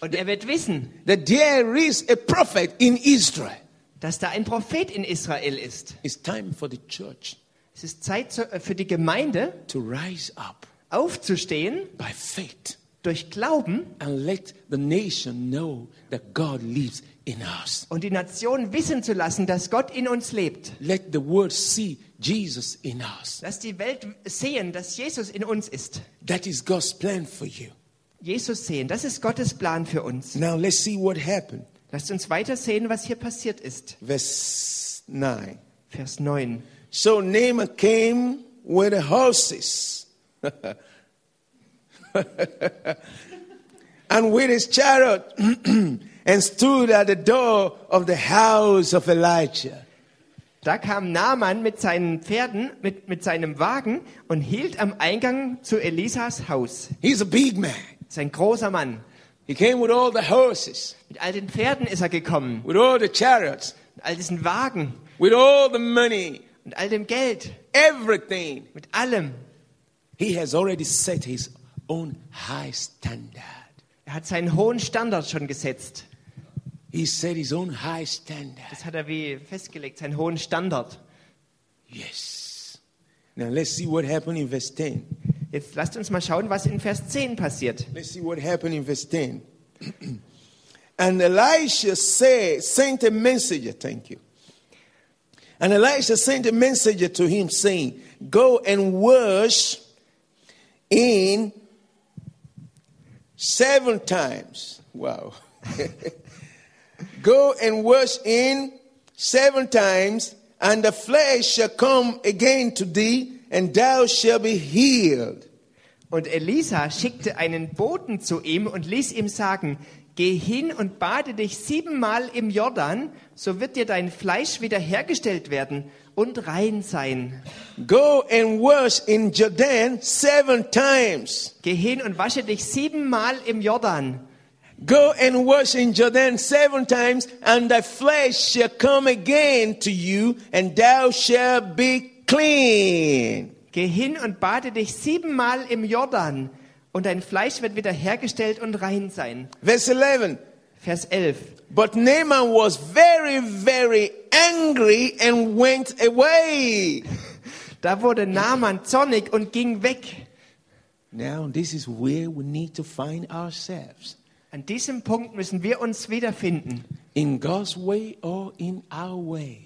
B: und er wird wissen,
A: that there is a prophet in Israel.
B: dass da ein Prophet in Israel ist.
A: It's time for the church
B: Es ist Zeit zu- äh, für die Gemeinde
A: to rise up
B: aufzustehen
A: by faith
B: durch Glauben
A: and let the nation know that God lives in us.
B: und die Nation wissen zu lassen, dass Gott in uns lebt.
A: Let the world see Jesus in us.
B: Lass die Welt sehen, dass Jesus in uns ist.
A: That is God's plan for you.
B: Jesus sehen, das ist Gottes Plan für uns.
A: Now let's see what happened.
B: Lasst uns weiter sehen, was hier passiert ist.
A: Verse 9.
B: Vers 9.
A: So Naaman came with the horses and with his chariot and stood at the door of the house of Elijah.
B: Da kam Naaman mit seinen Pferden, mit, mit seinem Wagen und hielt am Eingang zu Elisas Haus.
A: He's a big man.
B: Sein großer Mann.
A: He came with all the horses,
B: Mit all den Pferden ist er gekommen,
A: with all the chariots,
B: mit all diesen Wagen,
A: with all the money,
B: mit all dem Geld,
A: everything.
B: mit allem.
A: He has already set his own high standard.
B: Er hat seinen hohen Standard schon gesetzt.
A: He set his own high standard.
B: Das hat er wie festgelegt, seinen hohen Standard.
A: Yes. Now let's see what happened in verse 10.
B: Jetzt lasst uns mal schauen, was in Vers 10 passiert.
A: Let's see what happened in verse 10. and Elisha said, sent a messenger, thank you. And Elisha sent a messenger to him saying, Go and wash in seven times. Wow. Go and wash in seven times, and the flesh shall come again to thee, and thou shalt be healed.
B: Und Elisa schickte einen Boten zu ihm und ließ ihm sagen, geh hin und bade dich siebenmal im Jordan, so wird dir dein Fleisch wiederhergestellt werden und rein sein.
A: Go and wash in Jordan seven times.
B: Geh hin und wasche dich siebenmal im Jordan.
A: Go and wash in Jordan seven times, and thy flesh shall come again to you, and thou shalt be clean.
B: Geh hin und bade dich siebenmal im Jordan, und dein Fleisch wird wiederhergestellt und rein sein.
A: Verse 11.
B: Vers 11.
A: But Naaman was very, very angry and went away.
B: Da wurde Naaman zornig und ging weg.
A: Now, this is where we need to find ourselves
B: An diesem Punkt müssen wir uns wiederfinden.
A: in God's way or in our way.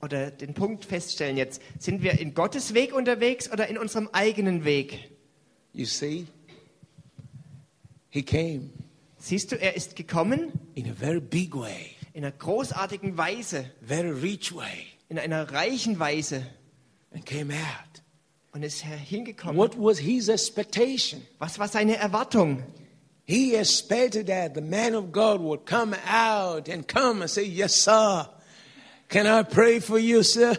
B: oder den Punkt feststellen jetzt. Sind wir in Gottes Weg unterwegs oder in unserem eigenen Weg?
A: You see, he came
B: Siehst du, er ist gekommen
A: in a very big way.
B: in einer großartigen Weise,
A: very rich way
B: in einer reichen Weise
A: and came out.
B: und ist her- hingekommen.
A: What was his expectation?
B: Was war seine Erwartung?
A: He expected that the man of God would come out and come and say, Yes, sir. Can I pray for you, sir?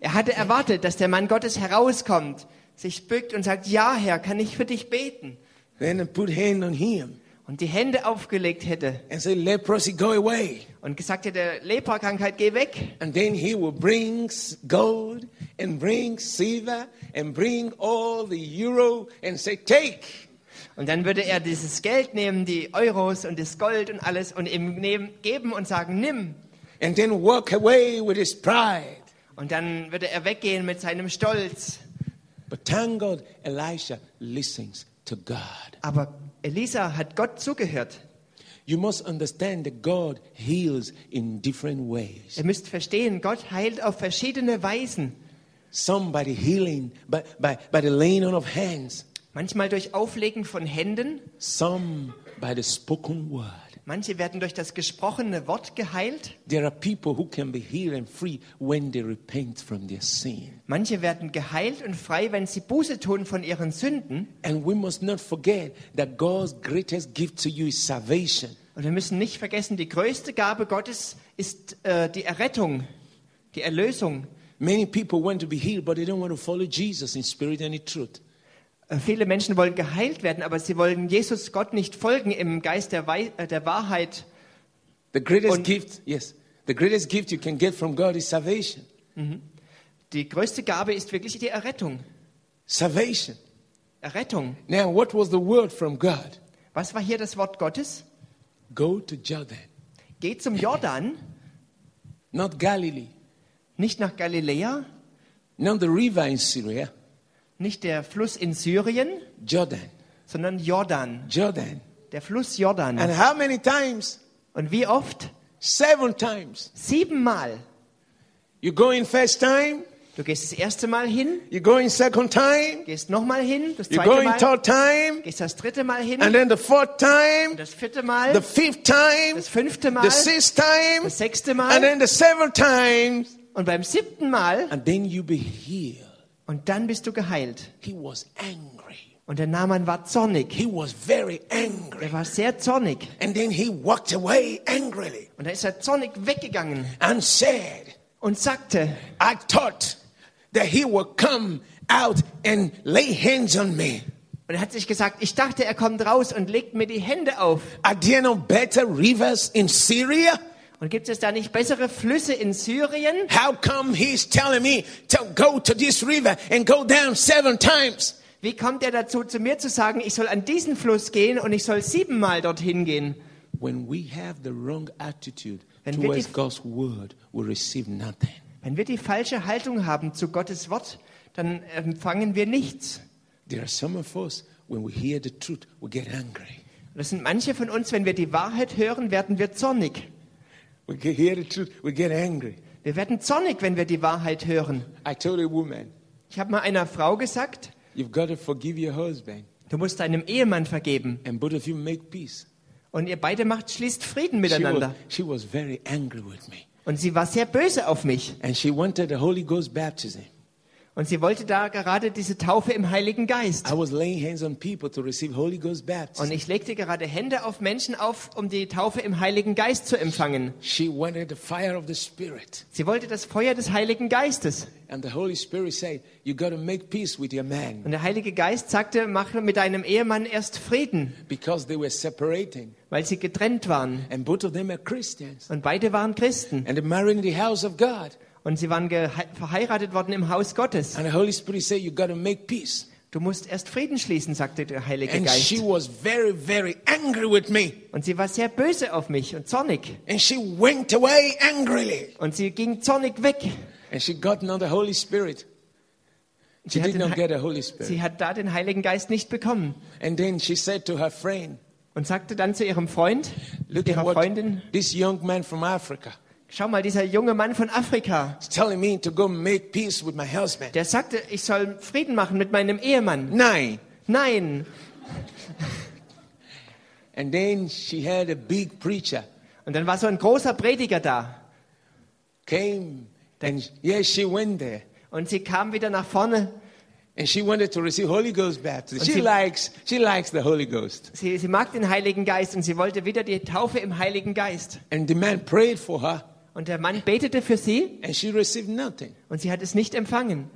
B: Er hatte erwartet, dass der Mann Gottes herauskommt, sich bückt und sagt, ja Herr, kann ich für dich beten?
A: Then I put hand on him
B: Und die Hände aufgelegt hätte
A: and say, Leprosy, go away.
B: und gesagt hätte, Leprakrankheit, geh weg.
A: And then he will bring s- gold and bring silver and bring all the euro and say, Take.
B: Und dann würde er dieses Geld nehmen, die Euros und das Gold und alles und ihm nehmen, geben und sagen, nimm.
A: And then walk away with his pride.
B: Und dann würde er weggehen mit seinem Stolz.
A: But thank God, Elisha listens to God.
B: Aber Elisa hat Gott zugehört.
A: You must understand that God heals in different ways.
B: Ihr müsst verstehen, Gott heilt auf verschiedene Weisen.
A: Somebody healing by, by, by the laying on of hands,
B: Manchmal durch Auflegen von Händen,
A: some by the spoken word.
B: manche werden durch das gesprochene Wort geheilt,
A: There are people who can be healed and free when they repent from their sin.
B: manche werden geheilt und frei, wenn sie Buße tun von ihren Sünden.
A: And we must not forget that God's greatest gift to you is salvation.
B: Und wir müssen nicht vergessen, die größte Gabe Gottes ist äh, die Errettung, die Erlösung.
A: Many people want to be healed, but they don't want to follow Jesus in spirit and in truth.
B: Äh, Viele Menschen wollen geheilt werden, aber sie wollen Jesus Gott nicht folgen im Geist der, Wei äh, der Wahrheit.
A: The greatest
B: Und-
A: gift, yes, the greatest gift you can get from God is salvation.
B: Die größte Gabe ist wirklich die Errettung.
A: Salvation.
B: Errettung.
A: Now, what was the word from God?
B: Was war hier das Wort Gottes?
A: Go to Jordan,
B: Geh zum Jordan,
A: not Galilee,
B: nicht nach Galiläa,
A: not the river in Syria,
B: nicht der Fluss in Syrien,
A: Jordan,
B: sondern Jordan,
A: Jordan.
B: der Fluss Jordan.
A: And how many times?
B: Und wie oft?
A: Seven times.
B: Siebenmal.
A: You go in first time,
B: Du gehst das erste Mal hin,
A: you go in second time,
B: gehst nochmal hin, das
A: you
B: zweite
A: go in
B: Mal,
A: third time,
B: gehst das dritte Mal hin,
A: and then the fourth time,
B: das vierte Mal,
A: the fifth time,
B: das fünfte Mal,
A: the sixth time,
B: das sechste
A: and
B: Mal
A: then the seventh time,
B: und beim siebten Mal
A: and then you be healed.
B: und dann bist du geheilt.
A: He was angry.
B: Und der Naaman war zornig.
A: He was very
B: Er
A: angry.
B: war sehr zornig.
A: And then he walked away angrily
B: Und da ist er zornig weggegangen
A: and said,
B: und sagte,
A: I thought that he would come out and lay hands on me.
B: Und er hat sich gesagt, ich dachte, er kommt raus und legt mir die Hände auf.
A: Are there no better rivers in Syria?
B: Und gibt es da nicht bessere Flüsse in Syrien?
A: How come he's telling me to go to this river and go down seven times?
B: Wie kommt er dazu, zu mir zu sagen, ich soll an diesen Fluss gehen und ich soll siebenmal dorthin gehen?
A: When we have the wrong attitude
B: Wenn wir
A: towards
B: die-
A: God's word, we receive nothing.
B: Wenn wir die falsche Haltung haben zu Gottes Wort, dann empfangen wir nichts.
A: There are some of us, when we hear the truth, we get angry.
B: Und das sind manche von uns, wenn wir die Wahrheit hören, werden wir zornig.
A: We get, hear the truth, we get angry.
B: Wir werden zornig, wenn wir die Wahrheit hören.
A: I told a woman,
B: Ich habe mal einer Frau gesagt,
A: You've got to forgive your husband,
B: du musst deinem Ehemann vergeben.
A: and both of you make peace.
B: Und ihr beide macht schließt Frieden
A: She was,
B: miteinander.
A: she was very angry with me,
B: Und sie war sehr böse auf mich.
A: and she wanted the Holy Ghost baptism.
B: Und sie wollte da gerade diese Taufe im Heiligen
A: I
B: Geist.
A: was laying hands on people to receive Holy Ghost
B: Und
A: baptism.
B: ich legte gerade Hände auf Menschen auf, um die Taufe im Heiligen Geist zu empfangen.
A: She wanted the fire of the Spirit,
B: Sie wollte das Feuer des Heiligen Geistes.
A: and the Holy Spirit said, "You got to make peace with your man
B: Und der Heilige Geist sagte, mache mit deinem Ehemann erst Frieden,
A: because they were separating,
B: weil sie getrennt waren.
A: and both of them are Christians,
B: Und beide waren Christen.
A: and they married in the house of God."
B: Und sie waren gehe- verheiratet worden im Haus Gottes.
A: And the Holy Spirit said, "You got to make peace."
B: Du musst erst Frieden schließen, sagte der Heilige
A: And she
B: Geist.
A: was very, very angry with me,
B: Und sie war sehr böse auf mich und zornig.
A: and she went away angrily.
B: Und sie ging zornig weg.
A: And she got not the Holy Spirit. She
B: Sie hat,
A: did
B: den
A: not
B: Hei-
A: get the Holy Spirit.
B: sie hat da den Heiligen Geist nicht bekommen.
A: And then she said to her friend,
B: und sagte dann zu ihrem Freund,
A: Look at
B: ihrer
A: what
B: Freundin,
A: this young man from Africa
B: schau mal, dieser junge Mann von Afrika,
A: is telling me to go make peace with my husband.
B: der sagte, ich soll Frieden machen mit meinem Ehemann.
A: Nine.
B: Nein.
A: And then she had a big preacher
B: Und dann war so ein großer Prediger da.
A: came and yes, she went there.
B: Und sie kam wieder nach vorne.
A: And she wanted to receive Holy Ghost baptism. She
B: sie-
A: likes she likes the Holy Ghost.
B: Sie, sie mag den Heiligen Geist und sie wollte wieder die Taufe im Heiligen Geist.
A: And the man prayed for her
B: Und der Mann betete für sie
A: and she received nothing.
B: und sie hat es nicht empfangen.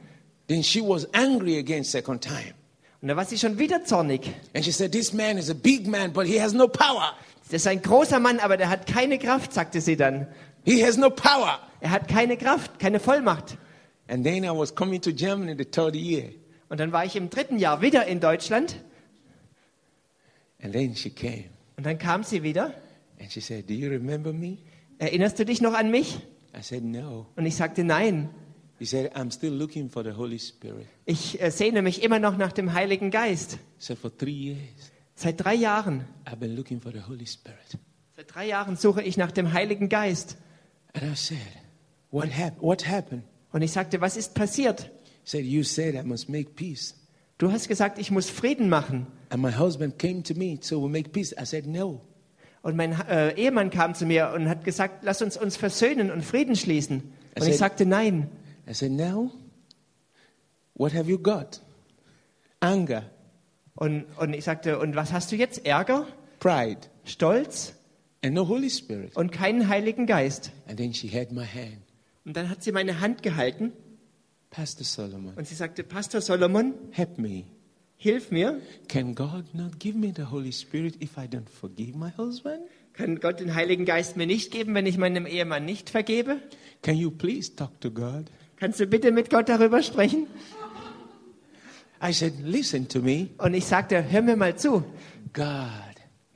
A: Then she was angry again second time.
B: Und da war sie schon wieder zornig.
A: And she said, This man is a big man, but he has no power.
B: Das ist ein großer Mann, aber der hat keine Kraft, sagte sie dann.
A: He has no power.
B: Er hat keine Kraft, keine Vollmacht.
A: And then I was coming to Germany the third year.
B: Und dann war ich im dritten Jahr wieder in Deutschland
A: And then she came
B: Und dann kam sie wieder.
A: and she said, Do you remember me?
B: Erinnerst du dich noch an mich?
A: I said, No.
B: Und ich sagte nein.
A: She said, I'm still looking for the Holy Spirit.
B: Ich äh, sehne mich immer noch nach dem Heiligen Geist.
A: She said, For three years,
B: Seit drei Jahren
A: I've been looking for the Holy Spirit.
B: Seit drei Jahren suche ich nach dem Heiligen Geist.
A: And I said, What, hap- what happened?
B: Und ich sagte, was ist passiert?
A: He said, You said I must make peace.
B: Du hast gesagt, ich muss Frieden machen.
A: And my husband came to me, so we make peace. I said, No.
B: Und mein äh, Ehemann kam zu mir und hat gesagt, lass uns uns versöhnen und Frieden schließen.
A: Er
B: Und ich
A: sagt-
B: sagte nein.
A: I said, Now, what have you got? Anger,
B: Und, und ich sagte, und was hast du jetzt? Ärger,
A: pride,
B: Stolz
A: and no Holy Spirit.
B: und keinen Heiligen Geist.
A: And then she had my hand.
B: Und dann hat sie meine Hand gehalten
A: Pastor Solomon,
B: und sie sagte, Pastor Solomon,
A: help me.
B: hilf mir.
A: Can God not give me the Holy Spirit if I don't forgive my husband?
B: Kann Gott den Heiligen Geist mir nicht geben, wenn ich meinem Ehemann nicht vergebe?
A: Can you please talk to God?
B: Kannst du bitte mit Gott darüber sprechen?
A: I said, Listen to me.
B: Und ich sagte, hör mir mal zu.
A: God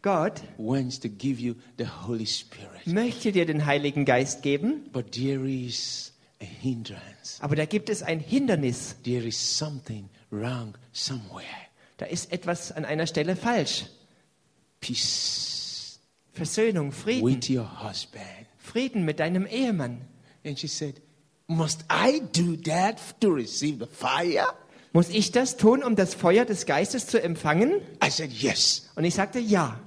B: Gott
A: wants to give you the Holy Spirit,
B: möchte dir den Heiligen Geist geben,
A: but there is a hindrance.
B: aber da gibt es ein Hindernis.
A: There is something wrong somewhere.
B: Da ist etwas an einer Stelle falsch.
A: Peace
B: Versöhnung, Frieden,
A: with your husband.
B: Frieden mit deinem Ehemann.
A: And she said, Must I do that to receive the fire?
B: Muss ich das tun, um das Feuer des Geistes zu empfangen?
A: I said, Yes.
B: Und ich sagte ja.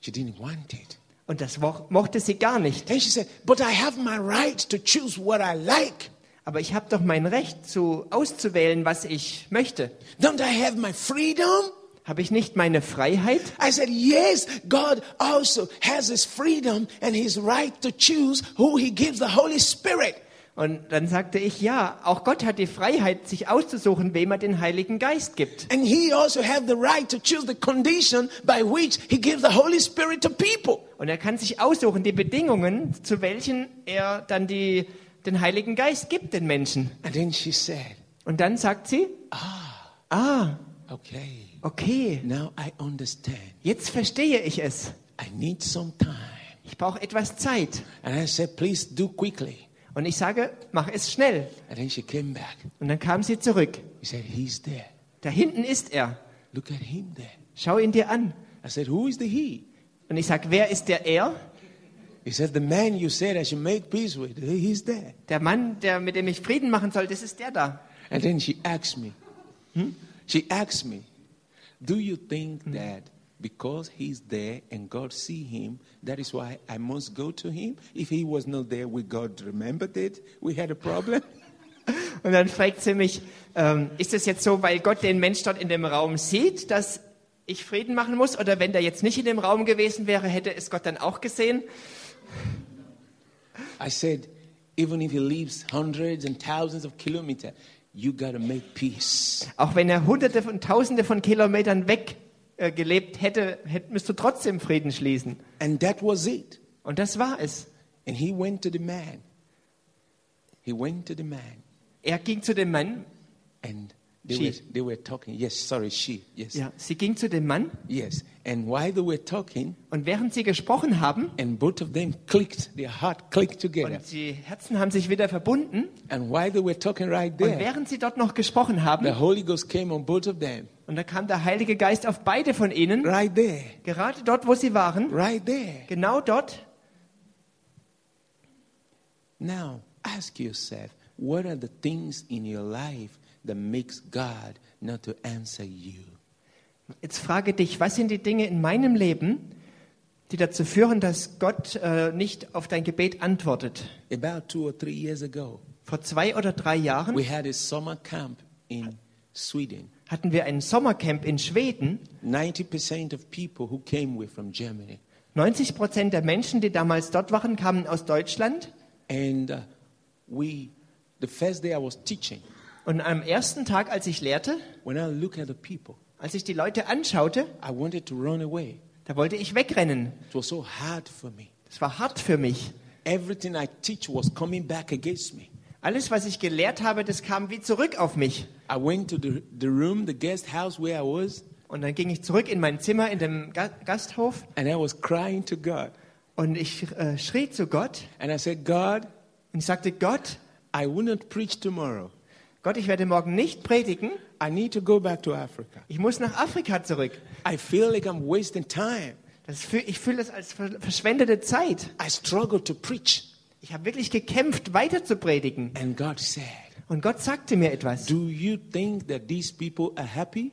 A: She didn't want it.
B: Und das wo- mochte sie gar nicht.
A: Then she said, But I have my right to choose what I like.
B: Aber ich habe doch mein Recht, zu auszuwählen, was ich möchte.
A: Don't I have my freedom?
B: Habe ich nicht meine Freiheit?
A: I said, Yes, God also has his freedom and his right to choose who he gives the Holy Spirit.
B: Und dann sagte ich ja. Auch Gott hat die Freiheit, sich auszusuchen, wem er den Heiligen Geist gibt.
A: And he also has the right to choose the condition by which he gives the Holy Spirit to people.
B: Und er kann sich aussuchen, die Bedingungen, zu welchen er dann die, den Heiligen Geist gibt den Menschen.
A: And then she said,
B: Und dann sagt sie,
A: Ah,
B: ah,
A: okay,
B: okay,
A: now I understand.
B: jetzt verstehe ich es.
A: I need some time.
B: Ich brauche etwas Zeit.
A: And I said, Please do quickly.
B: Und ich sage, mach es schnell.
A: And then she came back.
B: Und dann kam sie zurück.
A: He said, He's there.
B: Da hinten ist er.
A: Look at him there.
B: Schau ihn dir an.
A: I said, Who is the he?
B: Und ich sage, wer ist der er?
A: He said, The man you said I should make peace with, he's there.
B: Der Mann, der, mit dem ich Frieden machen soll, das ist der da.
A: And then she asked me, "Hmm?" she asked me, do you think that because he's there and God see him, that is why I must go to him? If he was not there, would God remembered it? We had a problem?
B: Und dann fragt sie mich, ähm, ist es jetzt so, weil Gott den Mensch dort in dem Raum sieht, dass ich Frieden machen muss? Oder wenn der jetzt nicht in dem Raum gewesen wäre, hätte es Gott dann auch gesehen?
A: I said, even if he lives hundreds and thousands of kilometers, you got to make peace.
B: Auch wenn er hunderte und tausende von Kilometern weg äh, gelebt hätte, hätt, müsst du trotzdem Frieden schließen.
A: And that was it.
B: Und das war es.
A: And he went to the man. He went to the man.
B: Er ging zu dem Mann,
A: And they,
B: She.
A: were, they were talking. Yes, sorry, she. Yes.
B: ja, sie ging zu dem Mann
A: Yes. And while they were talking,
B: und während sie gesprochen haben
A: And both of them clicked, their heart clicked together.
B: und die Herzen haben sich wieder verbunden
A: And while they were talking right
B: und
A: there,
B: während sie dort noch gesprochen
A: the
B: haben
A: Holy Ghost came on both of them.
B: und da kam der Heilige Geist auf beide von ihnen,
A: Right there,
B: gerade dort, wo sie waren,
A: right there.
B: genau dort.
A: Now, ask yourself, what are the things in your life that makes God not to answer you?
B: Jetzt frage dich, was sind die Dinge in meinem Leben, die dazu führen, dass Gott äh, nicht auf dein Gebet antwortet?
A: About two or three years ago,
B: Vor zwei oder drei Jahren
A: we had a summer camp in Sweden.
B: hatten wir ein Sommercamp in Schweden.
A: 90% of people who came were from Germany.
B: 90 Prozent der Menschen, die damals dort waren, kamen aus Deutschland.
A: And uh, we, the first day I was teaching,
B: Und am ersten Tag, als ich lehrte,
A: when I look at the people,
B: als ich die Leute anschaute,
A: I wanted to run away.
B: da wollte ich wegrennen.
A: It was so hard for me.
B: Es war hart für mich.
A: Everything I teach was coming back against me.
B: Alles, was ich gelehrt habe, das kam wie zurück auf mich.
A: I went to the, the room, the guest house where I was,
B: Und dann ging ich zurück in mein Zimmer in dem Ga Gasthof
A: and I was crying to God.
B: und ich äh, schrie zu Gott
A: And I said, God,
B: und ich sagte, Gott,
A: I will not preach tomorrow.
B: Gott, ich werde morgen nicht predigen.
A: I need to go back to Africa.
B: Ich muss nach Afrika zurück.
A: I feel like I'm wasting time.
B: Das fühl, ich fühle das als ver- verschwendete Zeit.
A: I struggled to preach.
B: Ich habe wirklich gekämpft, weiter zu predigen.
A: And God said,
B: Und Gott sagte mir etwas.
A: Do you think that these people are happy?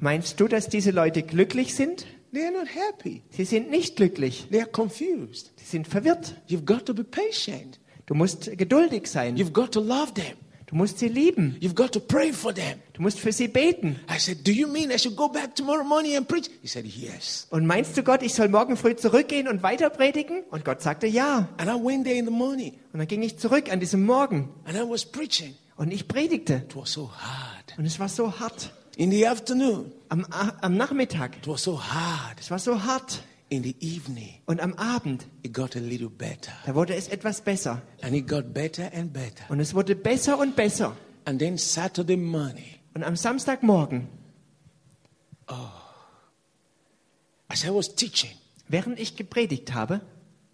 B: Meinst du, dass diese Leute glücklich sind?
A: They are not happy.
B: Sie sind nicht glücklich.
A: They are confused.
B: Sie sind verwirrt.
A: You've got to be patient.
B: Du musst geduldig sein.
A: You've got to love them.
B: Du musst sie lieben.
A: You've got to pray for them.
B: Du musst für sie beten.
A: I said, Do you mean I should go back tomorrow morning and preach? He said, Yes.
B: Und meinst du, Gott, ich soll morgen früh zurückgehen und weiter predigen? Und Gott sagte ja.
A: And I went there in the morning
B: Und dann ging ich zurück an diesem Morgen
A: and I was preaching.
B: und ich predigte.
A: It was so hard.
B: Und es war so hart.
A: In the afternoon,
B: Am, A- am Nachmittag.
A: it was so hard.
B: Es war so hart.
A: In the evening,
B: Und am Abend,
A: it got a little better.
B: da wurde es etwas besser.
A: And it got better and better.
B: Und es wurde besser und besser.
A: And then Saturday morning,
B: Und am Samstagmorgen,
A: as I was teaching,
B: während ich gepredigt habe,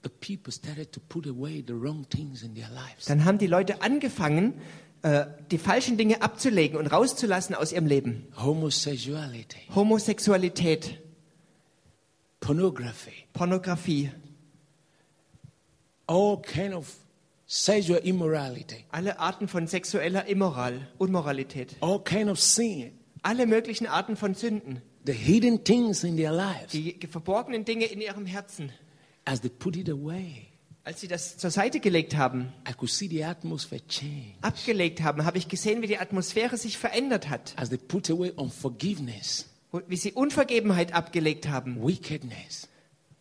A: the people started to put away the wrong things in their lives.
B: dann haben die Leute angefangen, äh, die falschen Dinge abzulegen und rauszulassen aus ihrem Leben.
A: Homosexuality,
B: Homosexualität,
A: pornography,
B: Pornografie,
A: all kind of sexual immorality,
B: alle Arten von sexueller Immoral, Unmoralität,
A: all kind of sin,
B: alle möglichen Arten von Sünden,
A: the hidden things in their lives.
B: die ge- verborgenen Dinge in ihrem Herzen.
A: As they put it away,
B: Als sie das zur Seite gelegt haben,
A: I could see the atmosphere change.
B: abgelegt haben, habe ich gesehen, wie die Atmosphäre sich verändert hat,
A: As they put away unforgiveness,
B: wo- wie sie Unvergebenheit abgelegt haben,
A: wickedness,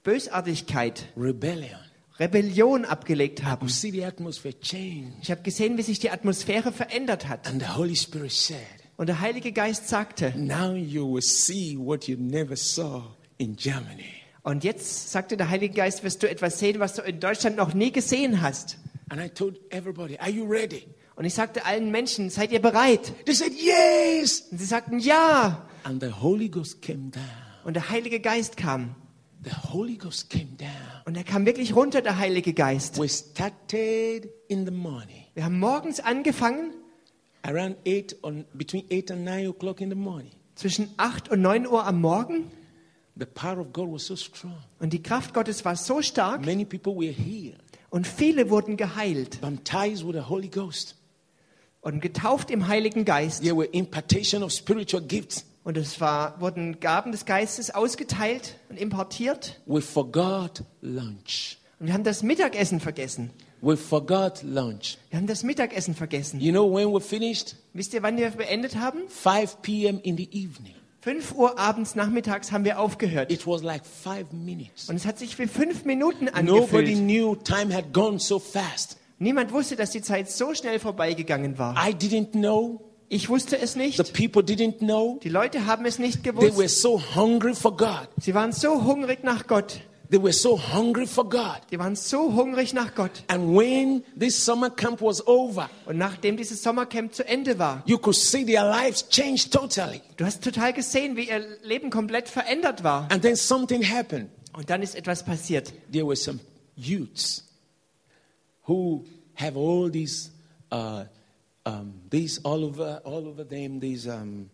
B: Bösartigkeit,
A: rebellion.
B: Rebellion abgelegt
A: I
B: haben.
A: could see the atmosphere change.
B: Ich habe gesehen, wie sich die Atmosphäre verändert hat.
A: And the Holy Spirit said,
B: Und der Heilige Geist sagte,
A: Now you will see what you never saw in Germany.
B: und jetzt sagte der Heilige Geist, wirst du etwas sehen, was du in Deutschland noch nie gesehen hast.
A: And I told everybody, Are you ready?
B: Und ich sagte allen Menschen, seid ihr bereit?
A: They said, Yes.
B: Und sie sagten, ja.
A: And the Holy Ghost came down.
B: Und der Heilige Geist kam.
A: The Holy Ghost came down.
B: Und er kam wirklich runter, der Heilige Geist.
A: We started in the morning,
B: Wir haben morgens angefangen,
A: around 8 on, between 8 and 9 o'clock in the morning.
B: zwischen 8 und 9 Uhr am Morgen.
A: The power of God was so strong.
B: Und die Kraft Gottes war so stark.
A: Many people were healed,
B: Und viele wurden geheilt
A: baptized with the Holy Ghost.
B: und getauft im Heiligen Geist.
A: There were impartation of spiritual gifts.
B: Und es war, wurden Gaben des Geistes ausgeteilt und importiert.
A: We forgot lunch.
B: Und wir haben das Mittagessen vergessen.
A: We forgot lunch.
B: Wir haben das Mittagessen vergessen.
A: You know when we finished?
B: Wisst ihr, wann wir beendet haben?
A: 5 p.m. in the evening.
B: 5 Uhr abends nachmittags haben wir aufgehört.
A: It was like five minutes.
B: Und es hat sich wie fünf Minuten
A: Nobody
B: angefühlt.
A: knew time had gone so fast.
B: Niemand wusste, dass die Zeit so schnell vorbeigegangen war.
A: I didn't know.
B: Ich wusste es
A: Ah. The
B: nicht.
A: people didn't know.
B: Die Leute haben es nicht
A: They were
B: gewusst.
A: so hungry for God.
B: Sie waren so hungrig nach Gott.
A: They were so hungry for God.
B: Die waren so hungrig nach Gott.
A: And when this summer camp was over,
B: Und nachdem dieses Sommercamp zu Ende war,
A: you could see their lives change totally.
B: du hast total gesehen, wie ihr Leben komplett verändert war.
A: And then something happened.
B: Und dann ist etwas passiert.
A: There were some youths who have all these, uh, um, these all over, all over them, these, um,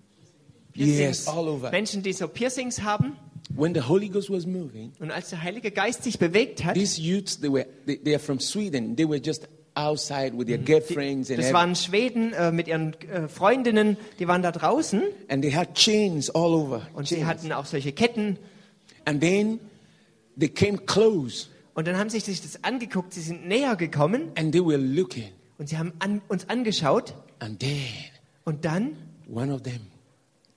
A: yes, all over.
B: Menschen, die so Piercings haben.
A: When the Holy Ghost was moving,
B: Und als der Heilige Geist sich bewegt hat,
A: these youths, they were, they, they are from Sweden. They were just outside with their girlfriends and
B: das waren Schweden äh, mit ihren äh, Freundinnen, die waren da draußen
A: And they had chains all over.
B: und sie
A: chains.
B: hatten auch solche Ketten.
A: And then they came close
B: Und dann haben sie sich das angeguckt, sie sind näher gekommen
A: and they were looking.
B: und sie haben an, uns angeschaut.
A: And then
B: Und dann,
A: one of them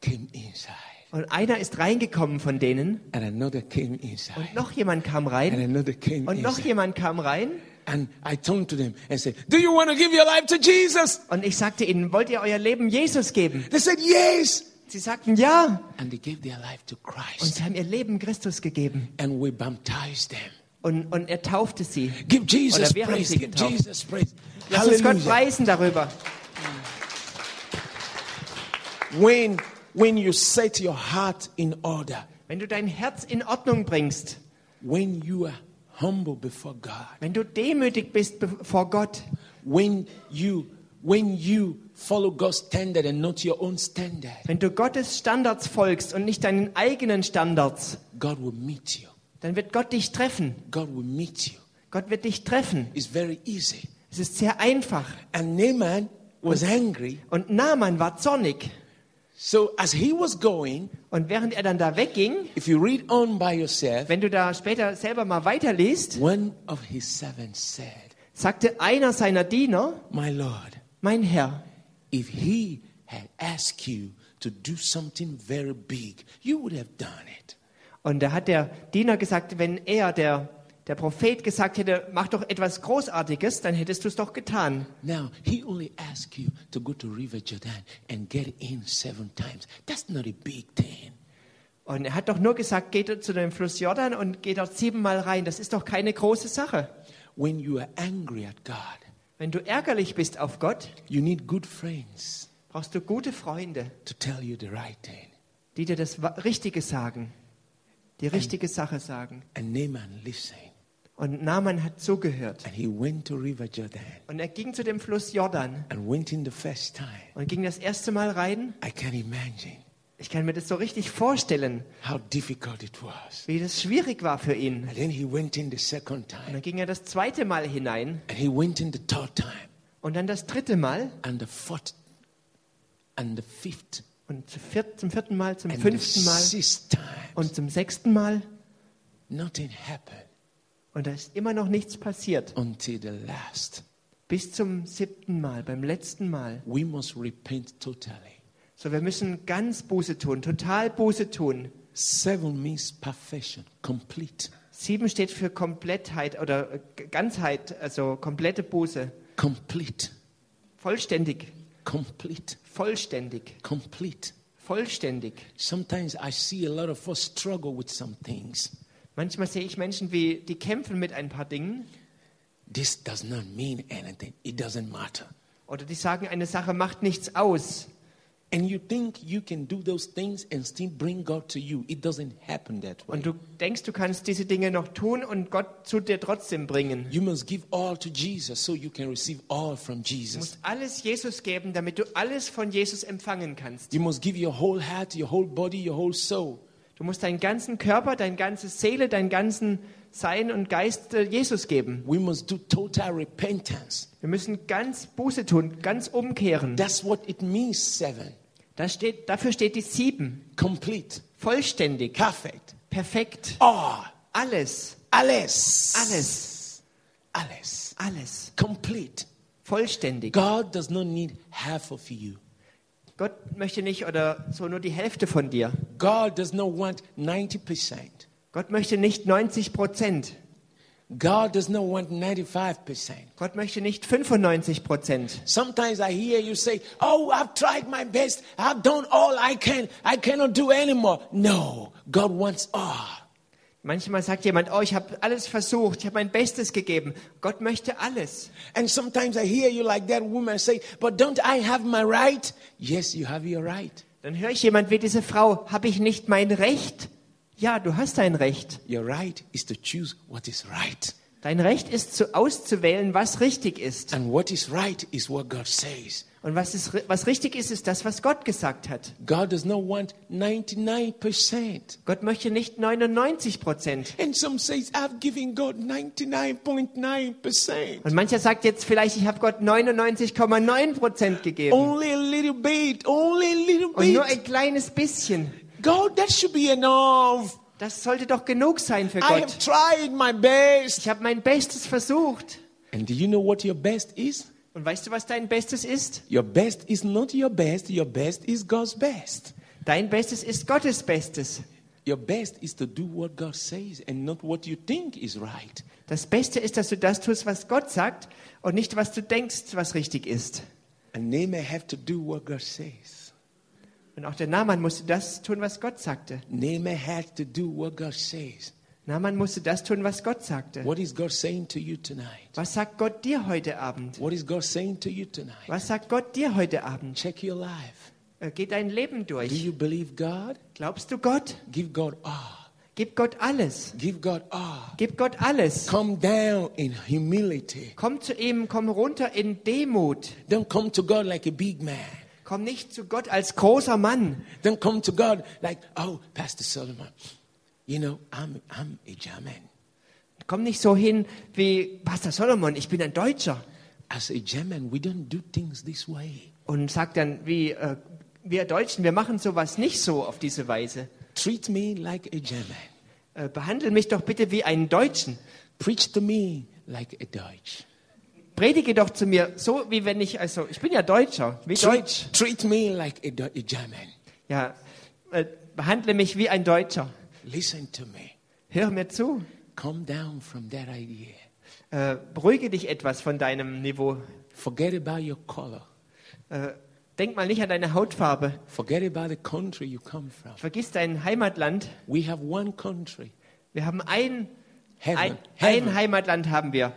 A: came inside.
B: und einer ist reingekommen von denen
A: And another came inside.
B: und noch jemand kam
A: And
B: rein
A: another came
B: und noch
A: inside.
B: jemand kam rein.
A: And I turned to them and said, Do you want to give your life to Jesus?
B: Und ich sagte ihnen, wollt ihr euer Leben Jesus geben?
A: They said, Yes.
B: Sie sagten ja.
A: And they gave their life to
B: Und
A: Christ.
B: sie haben ihr Leben Christus gegeben.
A: And we baptized them.
B: Und, und er taufte sie.
A: Give Jesus
B: Oder wir haben
A: praise.
B: sie
A: Give
B: getauft.
A: Jesus praise.
B: Lass uns Gott
A: Hallelujah.
B: preisen darüber.
A: When, when you set your heart in order,
B: Wenn du dein Herz in Ordnung bringst,
A: when you are humble before God,
B: wenn du demütig bist be- vor Gott,
A: when you when you follow God's standard and not your own standard,
B: wenn du Gottes Standards folgst und nicht deinen eigenen Standards,
A: God will meet you.
B: dann wird Gott dich treffen.
A: God will meet you.
B: Gott wird dich treffen.
A: It's very easy.
B: Es ist sehr einfach.
A: And Naaman was angry.
B: Und Naaman war zornig.
A: So as he was going,
B: Und während er dann da wegging,
A: if you read on by yourself,
B: wenn du da später selber mal weiterliest,
A: one of his servants said,
B: sagte einer seiner Diener,
A: My Lord,
B: mein Herr,
A: if he had asked you to do something very big, you would have done it.
B: Und da hat der Diener gesagt, wenn er, der, der Prophet, gesagt hätte, mach doch etwas Großartiges, dann hättest du es doch getan.
A: Now, he only asked you to go to River Jordan and get in seven times. That's not a big thing.
B: Und er hat doch nur gesagt, geh dort zu dem Fluss Jordan und geh dort siebenmal rein. Das ist doch keine große Sache.
A: When you are angry at God,
B: Wenn du ärgerlich bist auf Gott,
A: you need good friends
B: brauchst du gute Freunde,
A: to tell you the right thing.
B: die dir das Wa- Richtige sagen, die richtige Sache sagen.
A: And Naaman listened,
B: Und Naaman hat zugehört.
A: and he went to River Jordan
B: Und er ging zu dem Fluss Jordan
A: and went in the first time.
B: und ging das erste Mal rein.
A: I can imagine
B: Ich kann mir das so richtig vorstellen,
A: how difficult it was.
B: wie das schwierig war für ihn.
A: And then he went in the second
B: Und
A: time,
B: dann ging er das zweite Mal hinein
A: and he went in the third time,
B: und dann das dritte Mal
A: and the fourth, and the fifth,
B: und zu viert, zum vierten Mal, zum
A: and the
B: fünften Mal
A: sixth time.
B: und zum sechsten Mal.
A: Nothing happened
B: Und da ist immer noch nichts passiert.
A: until the last.
B: Bis zum siebten Mal, beim letzten Mal.
A: We must repent totally.
B: So, wir müssen ganz Buße tun, total Buße tun.
A: Seven means perfection, complete,
B: Sieben steht für Komplettheit oder äh, G- Ganzheit, also komplette Buße.
A: complete,
B: Vollständig,
A: complete,
B: vollständig,
A: complete.
B: vollständig.
A: Sometimes I see a lot of us struggle with some things.
B: Manchmal sehe ich Menschen, wie, die kämpfen mit ein paar Dingen
A: This does not mean anything, it doesn't matter.
B: oder die sagen, eine Sache macht nichts aus.
A: And you think you can do those things and still bring God to you. It doesn't happen that way.
B: Und du denkst, du kannst diese Dinge noch tun und Gott zu dir trotzdem bringen.
A: You must give all to Jesus so you can receive all from
B: Du
A: Jesus.
B: musst alles Jesus geben, damit du alles von Jesus empfangen kannst.
A: You must give your whole heart, your whole body, your whole soul.
B: Du musst deinen ganzen Körper, deine ganze Seele, dein ganzen Sein und Geist äh, Jesus geben.
A: We must do total repentance.
B: Wir müssen ganz Buße tun, ganz umkehren.
A: That's what it means, seven.
B: Da steht, dafür steht die sieben.
A: Complete,
B: Vollständig,
A: perfect,
B: perfekt,
A: all,
B: alles,
A: alles,
B: alles,
A: alles,
B: alles,
A: complete.
B: vollständig.
A: God does not need half of you.
B: Gott möchte nicht oder so nur die Hälfte von dir.
A: God does not want 90%.
B: Gott möchte nicht 90 Prozent.
A: God does not want 95%.
B: Gott möchte nicht 95 Prozent.
A: Sometimes I hear you say, Oh, I've tried my best. I've done all I can. I cannot do anymore. No, God wants all.
B: Manchmal sagt jemand, oh, ich habe alles versucht, ich habe mein Bestes gegeben. Gott möchte alles.
A: And sometimes I hear you like that woman say, But don't I have my right? Yes, you have your right.
B: Dann höre ich jemand wie diese Frau, habe ich nicht mein Recht? Ja, du hast dein Recht.
A: Your right is to choose what is right.
B: Dein Recht ist zu auszuwählen, was richtig ist.
A: And what is right is what God says.
B: Und was, ist, ri- was richtig ist, ist das, was Gott gesagt hat.
A: God does not want 99%.
B: Gott möchte nicht 99 Prozent.
A: And some says, I've given God 99.9%.
B: Und mancher sagt jetzt vielleicht, ich habe Gott 99,9 Prozent gegeben.
A: Only a little bit, only a little
B: Und nur
A: bit.
B: ein kleines bisschen.
A: God, that should be enough.
B: Das sollte doch genug sein für
A: I
B: Gott.
A: have tried my best.
B: Ich habe mein Bestes versucht.
A: And do you know what your best is?
B: Und weißt du, was dein Bestes ist?
A: Your best is not your best, your best is God's best.
B: Dein Bestes ist Gottes Bestes.
A: Your best is to do what God says and not what you think is right.
B: Das Beste ist, dass du das tust, was Gott sagt und nicht, was du denkst, was richtig ist.
A: And they may have to do what God says.
B: Und auch der Naaman musste das tun, was Gott sagte.
A: Naaman had to do what God says.
B: Naaman musste das tun, was Gott sagte.
A: What is God saying to you tonight?
B: Was sagt Gott dir heute Abend?
A: What is God saying to you tonight?
B: Was sagt Gott dir heute Abend?
A: Check your life.
B: Äh, Geh dein Leben
A: Do
B: durch.
A: you believe God?
B: Glaubst du Gott?
A: Give God all.
B: Gib Gott alles.
A: Give God all.
B: Gib Gott alles.
A: Come down in humility.
B: Komm zu ihm, komm runter in Demut.
A: Don't come to God like a big man.
B: Komm nicht zu Gott als großer Mann.
A: Don't come to God like, oh, Pastor Solomon, You know, I'm, I'm a German.
B: Komm nicht so hin wie Pastor Solomon, ich bin ein Deutscher.
A: As a German, we don't do things this way.
B: Und sag dann, wie äh, wir Deutschen, wir machen sowas nicht so auf diese Weise.
A: Treat me like a German.
B: Äh, behandle mich doch bitte wie einen Deutschen.
A: Preach to me like a Deutsch.
B: Predige doch zu mir so, wie wenn ich, also ich bin ja Deutscher, wie Deutsch.
A: Treat, treat me like a, Do- a German.
B: Ja, äh, behandle mich wie ein Deutscher.
A: Listen to me.
B: Hör mir zu.
A: Come down from that idea.
B: Äh, beruhige dich etwas von deinem Niveau.
A: Forget about your color.
B: Äh, denk mal nicht an deine Hautfarbe.
A: Forget about the country you come from.
B: Vergiss dein Heimatland.
A: We have one country,
B: Wir haben ein,
A: heaven.
B: ein, ein
A: heaven.
B: Heimatland haben wir.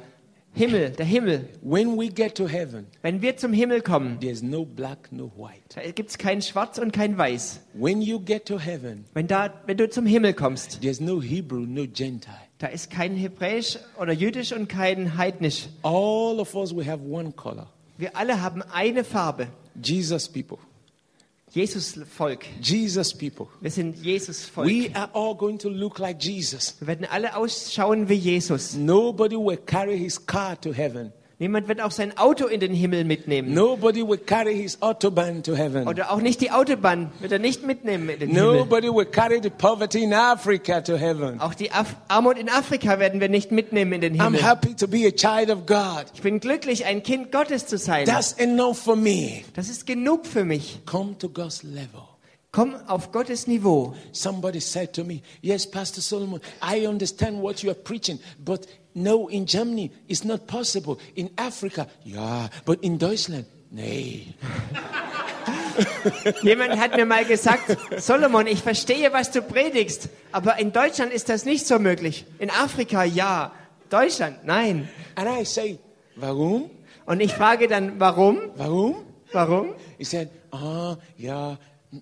B: Himmel, der Himmel.
A: When we get to heaven,
B: Wenn wir zum Himmel kommen,
A: there's no black, no white.
B: da gibt es kein Schwarz und kein Weiß.
A: When you get to heaven,
B: Wenn, da, wenn du zum Himmel kommst,
A: there's no Hebrew, no Gentile.
B: da ist kein Hebräisch oder Jüdisch und kein Heidnisch.
A: All of us, we have one color.
B: Wir alle haben eine Farbe.
A: Jesus people.
B: Jesus-Volk.
A: Jesus people.
B: Wir sind Jesus-Volk.
A: We are all going to look like Jesus.
B: Wir werden alle ausschauen wie Jesus.
A: Nobody will carry his car to heaven.
B: Niemand wird auch sein Auto in den Himmel mitnehmen.
A: Nobody will carry his autobahn to heaven.
B: Oder auch nicht die Autobahn wird er nicht mitnehmen in den Himmel.
A: Nobody will carry the poverty in Africa to heaven.
B: Auch die Af Armut in Afrika werden wir nicht mitnehmen in den
A: I'm
B: Himmel.
A: happy to be a child of God.
B: Ich bin glücklich, ein Kind Gottes zu sein.
A: That's enough for me.
B: Das ist genug für mich.
A: Come to God's level.
B: Komm auf Gottes Niveau.
A: Somebody said to me, Yes, Pastor Solomon, I understand what you are preaching, but no, in Germany, it's not possible. In Africa, yeah, but in Deutschland, nay.
B: Jemand hat mir mal gesagt, Solomon, ich verstehe, was du predigst, aber in Deutschland ist das nicht so möglich. In Afrika ja, Deutschland nein.
A: And I say, Warum?
B: Und ich frage dann, warum?
A: Warum?
B: Warum?
A: He said, Ah, yeah,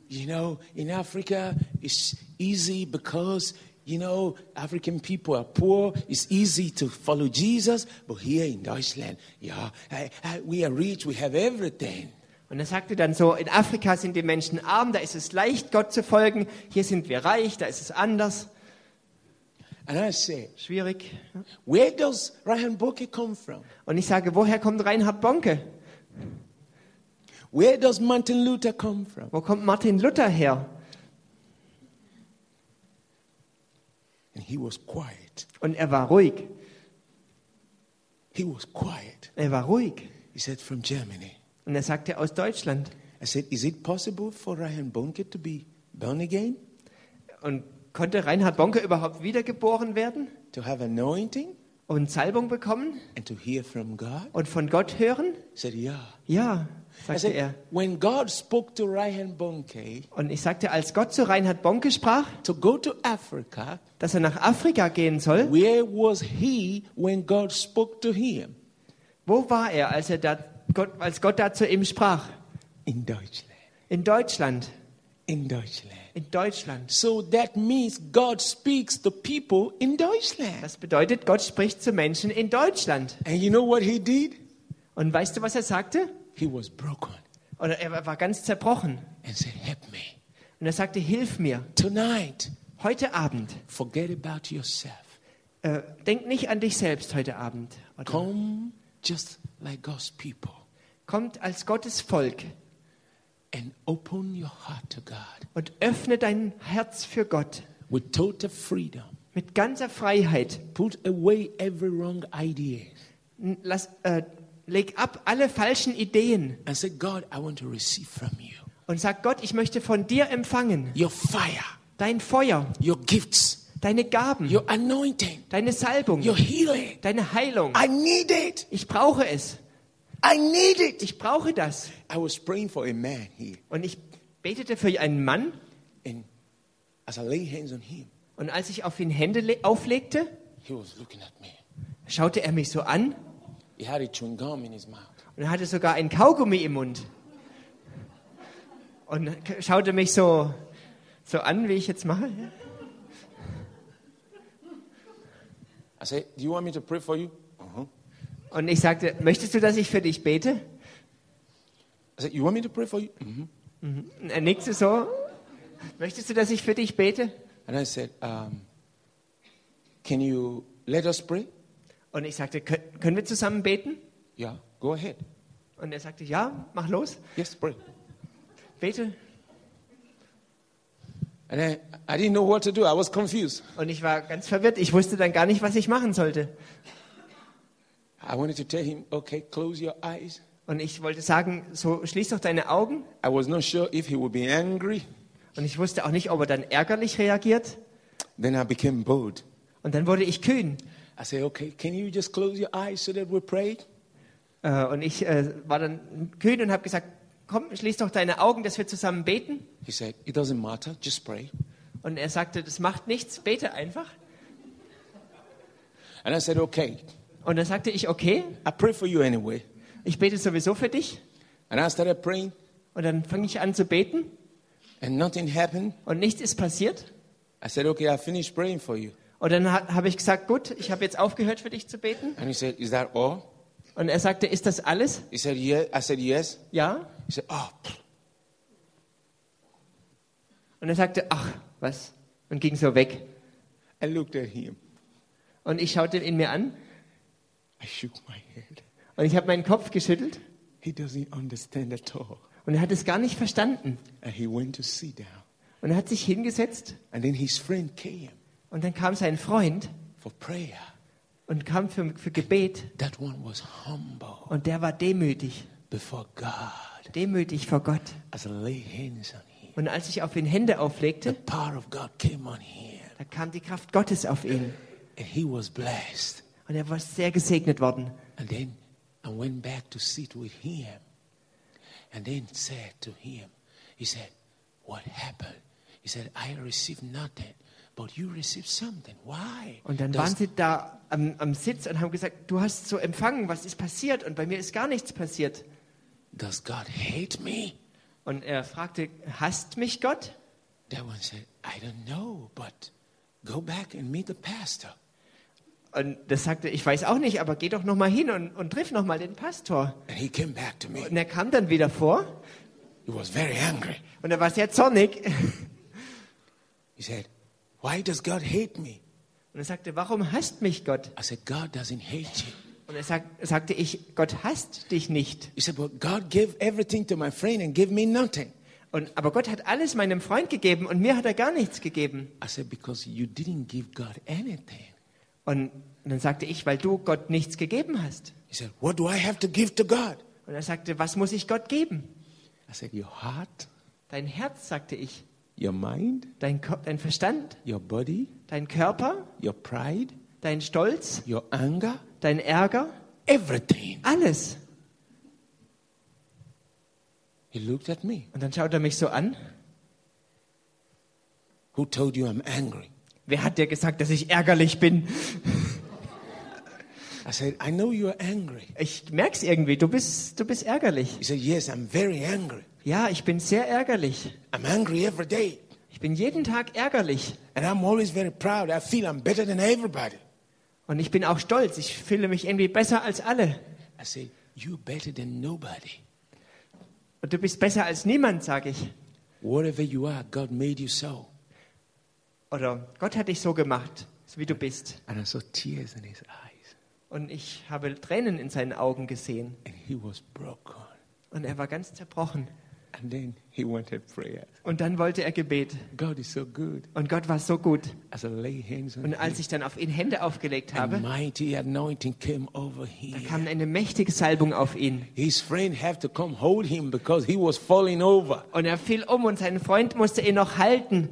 A: you know, in Africa, it's easy because. You know, African people are poor. It's easy to follow Jesus, but here in Deutschland, yeah, I, I, we are rich. We have everything.
B: Und er sagte dann so, in Afrika sind die Menschen arm, da ist es leicht, Gott zu folgen. Hier sind wir reich, da ist es anders.
A: And I said,
B: Schwierig.
A: Where does Ryan Boke come from?
B: Und ich sage, woher kommt Reinhard Bonke?
A: Where does Martin Luther come from?
B: Wo kommt Martin Luther her?
A: And he was quiet.
B: Und er war ruhig.
A: He was quiet.
B: Er war ruhig.
A: He said, From Germany.
B: Und er sagte, aus Deutschland.
A: I said, Is it possible for Ryan Bonke to be born again?
B: Und konnte Reinhard Bonke überhaupt wiedergeboren werden
A: To have anointing
B: und Salbung bekommen
A: and to hear from God?
B: und von Gott hören?
A: He said, Yeah.
B: Ja,
A: I
B: sagte er.
A: said, When God spoke to Ryan Bonke
B: Und ich sagte, als Gott zu Reinhard Bonke sprach,
A: to go to Africa,
B: dass er nach Afrika gehen soll,
A: where was he when God spoke to him?
B: Wo war er, als, er da, Gott, als Gott da zu ihm sprach?
A: In Deutschland.
B: In Deutschland.
A: In Deutschland.
B: In Deutschland.
A: So that means God speaks to people in Deutschland.
B: Das bedeutet, Gott spricht zu Menschen in Deutschland.
A: And you know what he did?
B: Und weißt du, was er sagte?
A: He was broken
B: Oder er war ganz zerbrochen.
A: and said, Help me.
B: Und er sagte, hilf mir,
A: Tonight,
B: heute Abend.
A: forget about yourself.
B: Äh, denk nicht an dich selbst heute Abend. Oder
A: Come just like God's people
B: kommt als Gottes Volk
A: and open your heart to God
B: und öffne dein Herz für Gott
A: with total freedom.
B: mit ganzer Freiheit.
A: Put away every wrong idea
B: N- Lass, äh, leg ab alle falschen Ideen
A: and say, God, I want to receive from you
B: und sag Gott, ich möchte von dir empfangen.
A: your fire,
B: Dein Feuer,
A: your gifts,
B: deine Gaben,
A: your anointing,
B: deine Salbung,
A: your healing.
B: deine Heilung.
A: I need it.
B: Ich brauche es.
A: I need it.
B: Ich brauche das.
A: I was praying for a man here.
B: Und ich betete für einen Mann
A: And as I laid hands on him,
B: und als ich auf ihn Hände le- auflegte,
A: he was looking at me.
B: schaute er mich so an
A: He had a chewing gum in his mouth.
B: und hatte sogar ein Kaugummi im Mund. Und k- schaute mich so, so an, wie ich jetzt mache. ja.
A: I said, Do you want me to pray for you? Uh-huh.
B: Und ich sagte, möchtest du, dass ich für dich bete?
A: I said, You want me to pray for you? Mhm.
B: Äh, Und er nickte so. Möchtest du, dass ich für dich bete?
A: And I said, um, Can you let us pray?
B: Und ich sagte, "Kö- können wir zusammen beten?
A: Yeah, go ahead.
B: Und er sagte, ja, mach los,
A: Yes, pray.
B: bete.
A: And I, I didn't know what to do. I was confused.
B: Und ich war ganz verwirrt. Ich wusste dann gar nicht, was ich machen sollte.
A: I wanted to tell him, okay, close your eyes.
B: Und ich wollte sagen, so schließ doch deine Augen.
A: I was not sure if he would be angry.
B: Und ich wusste auch nicht, ob er dann ärgerlich reagiert.
A: Then I became bold.
B: Und dann wurde ich kühn.
A: I said, okay, can you just close your eyes so that we pray?
B: Äh, Und ich äh, war dann kühn und habe gesagt, komm, schließ doch deine Augen, dass wir zusammen beten.
A: He said, it doesn't matter, just pray.
B: Und er sagte, das macht nichts, bete einfach.
A: And I said, okay,
B: Und dann sagte ich, okay,
A: I pray for you anyway.
B: ich bete sowieso für dich.
A: And I started praying,
B: Und dann fange ich an zu beten
A: and nothing happened.
B: und nichts ist passiert.
A: I said, okay, I finished praying for you.
B: Und dann ha- habe ich gesagt, gut, ich habe jetzt aufgehört für dich zu beten.
A: And he said, is that all?
B: Und er sagte, ist das alles?
A: He said, yeah. I said, yes.
B: Ja.
A: He said, oh, pff,
B: Und er sagte, ach, was? Und ging so weg.
A: I looked at him.
B: Und ich schaute ihn mir an
A: I shook my head.
B: und ich habe meinen Kopf geschüttelt
A: He doesn't understand at all.
B: und er hat es gar nicht verstanden.
A: And he went to sit down.
B: Und er hat sich hingesetzt
A: And then his friend came
B: und dann kam sein Freund
A: for prayer.
B: und kam für, für Gebet
A: That one was humble
B: und der war demütig,
A: before God
B: demütig vor Gott.
A: as I lay hands on him.
B: Und als ich auf ihn Hände
A: The
B: auflegte,
A: power of God came on him,
B: da kam die Kraft Gottes auf ihn
A: and he was blessed.
B: und er war sehr gesegnet worden.
A: And then I went back to sit with him, and then said to him, He said, What happened? He said, I received nothing, but you received something. Why?
B: Und dann
A: Does-
B: waren sie da am, am Sitz und haben gesagt, du hast so empfangen, was ist passiert? Und bei mir ist gar nichts passiert.
A: does God hate me?
B: Und er fragte, hasst mich Gott?
A: That one said, I don't know, but go back and meet the pastor.
B: Und das sagte, ich weiß auch nicht, aber geh doch nochmal hin und, und triff nochmal den Pastor.
A: And he came back to me.
B: Und er kam dann wieder vor
A: He was very angry.
B: und er war sehr zornig.
A: He said, Why does God hate me?
B: Und er sagte, warum hasst mich Gott?
A: I said, God doesn't hate you.
B: Und er sag, sagte ich, Gott hasst dich nicht.
A: He said, But God gave everything to my friend and gave me nothing.
B: Und, aber Gott hat alles meinem Freund gegeben und mir hat er gar nichts gegeben.
A: I said, Because you didn't give God anything.
B: Und dann sagte ich, weil du Gott nichts gegeben hast.
A: He said, What do I have to give to God?
B: Und er sagte, was muss ich Gott geben?
A: I said, Your heart,
B: Dein Herz, sagte ich,
A: your mind,
B: dein, Ko- dein Verstand,
A: your body,
B: dein Körper,
A: your pride,
B: dein Stolz,
A: your anger,
B: dein Ärger,
A: everything.
B: alles.
A: He looked at me.
B: Und dann schaut er mich so an.
A: Who told you I'm angry?
B: Wer hat dir gesagt, dass ich ärgerlich bin?
A: I said, I know you're angry.
B: Ich merk's irgendwie, du bist, du bist ärgerlich.
A: He said, Yes, I'm very angry.
B: Ja, ich bin sehr ärgerlich.
A: I'm angry every day.
B: Ich bin jeden Tag ärgerlich.
A: And I'm always very proud. I feel I'm better than everybody.
B: Und ich bin auch stolz. Ich fühle mich irgendwie besser als alle.
A: I said, You're better than nobody.
B: Und du bist besser als niemand, sage ich.
A: Whatever you are, God made you so.
B: Oder Gott hat dich so gemacht, so wie du bist.
A: And I saw tears in his eyes.
B: Und ich habe Tränen in seinen Augen gesehen.
A: And he was broken.
B: Und er war ganz zerbrochen.
A: And then he wanted prayer.
B: Und dann wollte er Gebet.
A: God is so good.
B: Und Gott war so gut.
A: As I lay hands on
B: Und
A: him,
B: als ich dann auf ihn Hände aufgelegt
A: a
B: habe,
A: mighty anointing came over
B: da
A: him.
B: kam eine mächtige Salbung auf ihn.
A: His friend had to come hold him because he was falling over.
B: Und er fiel um und sein Freund musste ihn noch halten.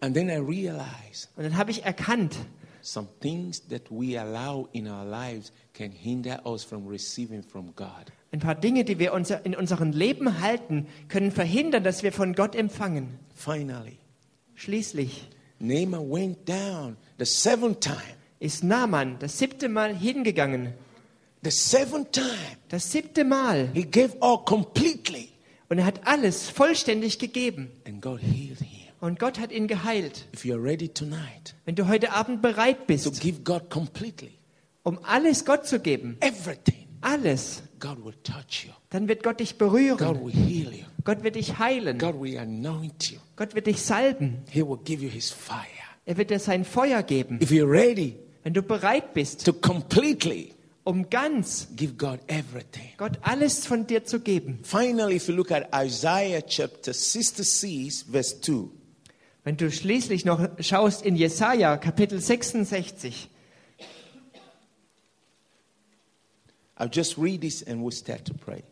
A: And then I realized
B: Und dann habe ich erkannt,
A: some things that we allow in our lives can hinder us from receiving from God.
B: ein paar Dinge, die wir unser, in unserem Leben halten, können verhindern, dass wir von Gott empfangen.
A: Finally,
B: Schließlich
A: Naaman went down the seventh time.
B: ist Naaman das siebte Mal hingegangen.
A: The seventh time,
B: Das siebte Mal.
A: he gave all completely,
B: Und er hat alles vollständig gegeben.
A: and God healed him.
B: Und Gott hat ihn geheilt.
A: If you're ready tonight
B: Wenn du heute Abend bereit
A: to
B: bist,
A: give God completely
B: um alles Gott zu geben,
A: everything,
B: alles,
A: God will touch you.
B: dann wird Gott dich
A: God
B: berühren.
A: will heal you.
B: Gott wird dich heilen.
A: God will anoint you.
B: Gott wird dich salben.
A: He will give you His fire.
B: Er wird dir sein Feuer geben.
A: If you're ready
B: Wenn du bereit bist,
A: to completely
B: um ganz
A: give God everything.
B: Gott alles von dir zu geben.
A: Finally, if you look at Isaiah chapter 66, verse 2,
B: Wenn du schließlich noch schaust in Jesaja Kapitel 66,
A: I'll just read this and we'll start to pray.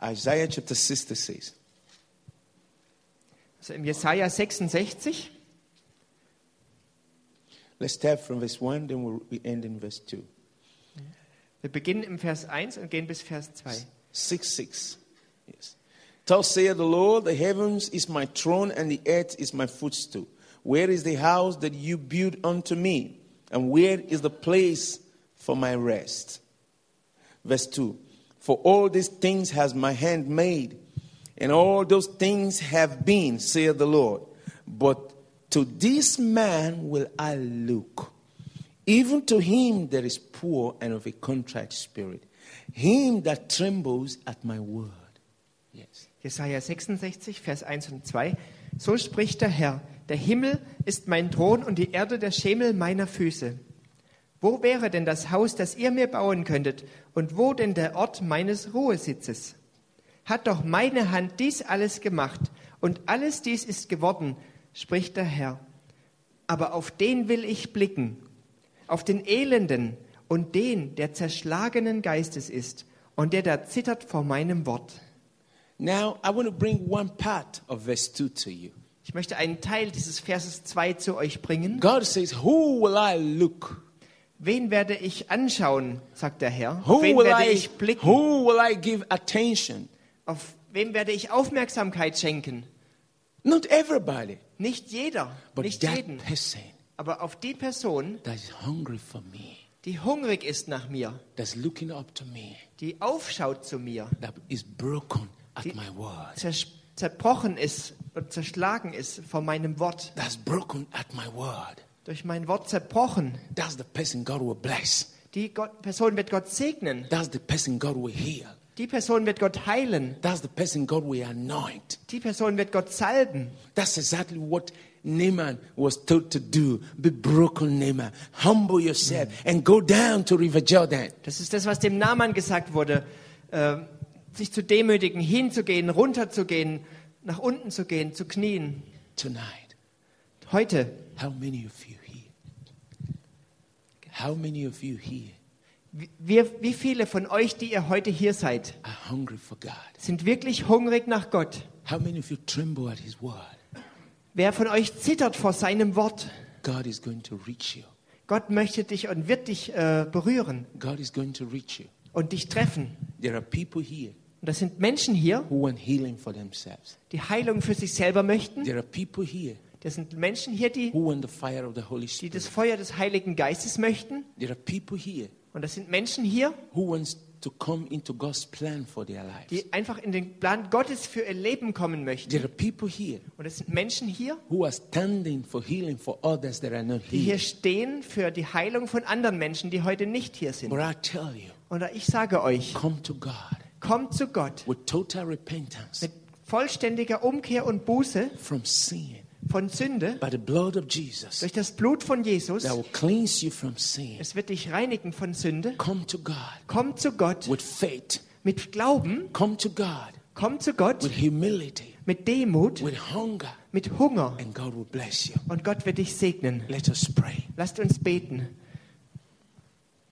A: Isaiah chapter 66.
B: also im Jesaja 66,
A: Let's start from verse 1, then we'll we end in verse 2.
B: wir beginnen im Vers 1 und gehen bis Vers 2.
A: 6 6. Yes. Thus saith the Lord, the heavens is my throne and the earth is my footstool. Where is the house that you built unto me? And where is the place for my rest? Verse 2 For all these things has my hand made, and all those things have been, saith the Lord. But to this man will I look, even to him that is poor and of a contrite spirit, him that trembles at my word. Yes.
B: Jesaja 66, Vers 1 und 2. So spricht der Herr: Der Himmel ist mein Thron und die Erde der Schemel meiner Füße. Wo wäre denn das Haus, das ihr mir bauen könntet? Und wo denn der Ort meines Ruhesitzes? Hat doch meine Hand dies alles gemacht, und alles dies ist geworden, spricht der Herr. Aber auf den will ich blicken, auf den Elenden und den, der zerschlagenen Geistes ist und der da zittert vor meinem Wort.
A: Now, I want to bring one part of verse 2 to you.
B: Ich möchte einen Teil dieses Verses 2 zu euch bringen.
A: God says, Who will I look?
B: Wen werde ich anschauen, sagt der Herr? Auf
A: Who
B: wen
A: will
B: werde
A: I,
B: ich blicken?
A: who will I give attention?
B: Auf wem werde ich Aufmerksamkeit schenken?
A: Not everybody,
B: Nicht jeder,
A: but
B: nicht
A: that
B: jeden,
A: person
B: aber auf die Person,
A: that is hungry for me.
B: die hungrig ist nach mir,
A: that's looking up to me,
B: die aufschaut zu mir,
A: that is broken at my word,
B: zers- zerbrochen ist und zerschlagen ist von meinem Wort,
A: that's broken at my word.
B: durch mein Wort zerbrochen.
A: That's the person God will bless.
B: Die Gott, Person wird Gott segnen,
A: That's the person God will heal.
B: die Person wird Gott heilen,
A: That's the person God will anoint.
B: die Person wird Gott salben.
A: That's exactly what Naaman was told to do. Be broken, Naaman. Humble yourself
B: Mm.
A: and go down to River Jordan.
B: Das ist das, was dem Naaman gesagt wurde, ähm, sich zu demütigen, hinzugehen, runterzugehen, nach unten zu gehen, zu knien.
A: Tonight,
B: Heute,
A: how many of you here? How many of you here
B: wie- wir, wie viele von euch, die ihr heute hier seid,
A: are hungry for God?
B: sind wirklich hungrig nach Gott?
A: How many of you tremble at His word?
B: Wer von euch zittert vor seinem Wort?
A: God is going to reach you.
B: Gott möchte dich und wird dich äh, berühren
A: God is going to reach you.
B: und dich treffen.
A: There are people here
B: Und das sind Menschen hier,
A: who want healing for themselves.
B: die Heilung für sich selber möchten.
A: There are people here
B: Das sind Menschen hier, die,
A: who want the fire of the Holy
B: die
A: Spirit.
B: das Feuer des Heiligen Geistes möchten.
A: There are people here
B: Und das sind Menschen hier,
A: who wants to come into God's plan for their lives.
B: die einfach in den Plan Gottes für ihr Leben kommen möchten.
A: There are people here
B: Und es sind Menschen hier,
A: who are standing for healing for others that are not
B: die hier
A: healed.
B: stehen für die Heilung von anderen Menschen, die heute nicht hier sind.
A: But I tell you,
B: Oder ich sage euch,
A: come to God
B: kommt zu Gott
A: with total repentance
B: mit vollständiger Umkehr und Buße
A: from sin
B: von Sünde
A: by the blood of Jesus
B: durch das Blut von Jesus.
A: that will cleanse you from sin.
B: Es wird dich reinigen von Sünde.
A: Come to God
B: Kommt zu Gott
A: with faith.
B: mit Glauben,
A: Come to God
B: kommt zu
A: with
B: Gott
A: humility,
B: mit Demut,
A: with hunger,
B: mit Hunger
A: and God will bless you.
B: und Gott wird dich segnen.
A: Let us pray.
B: Lasst uns beten.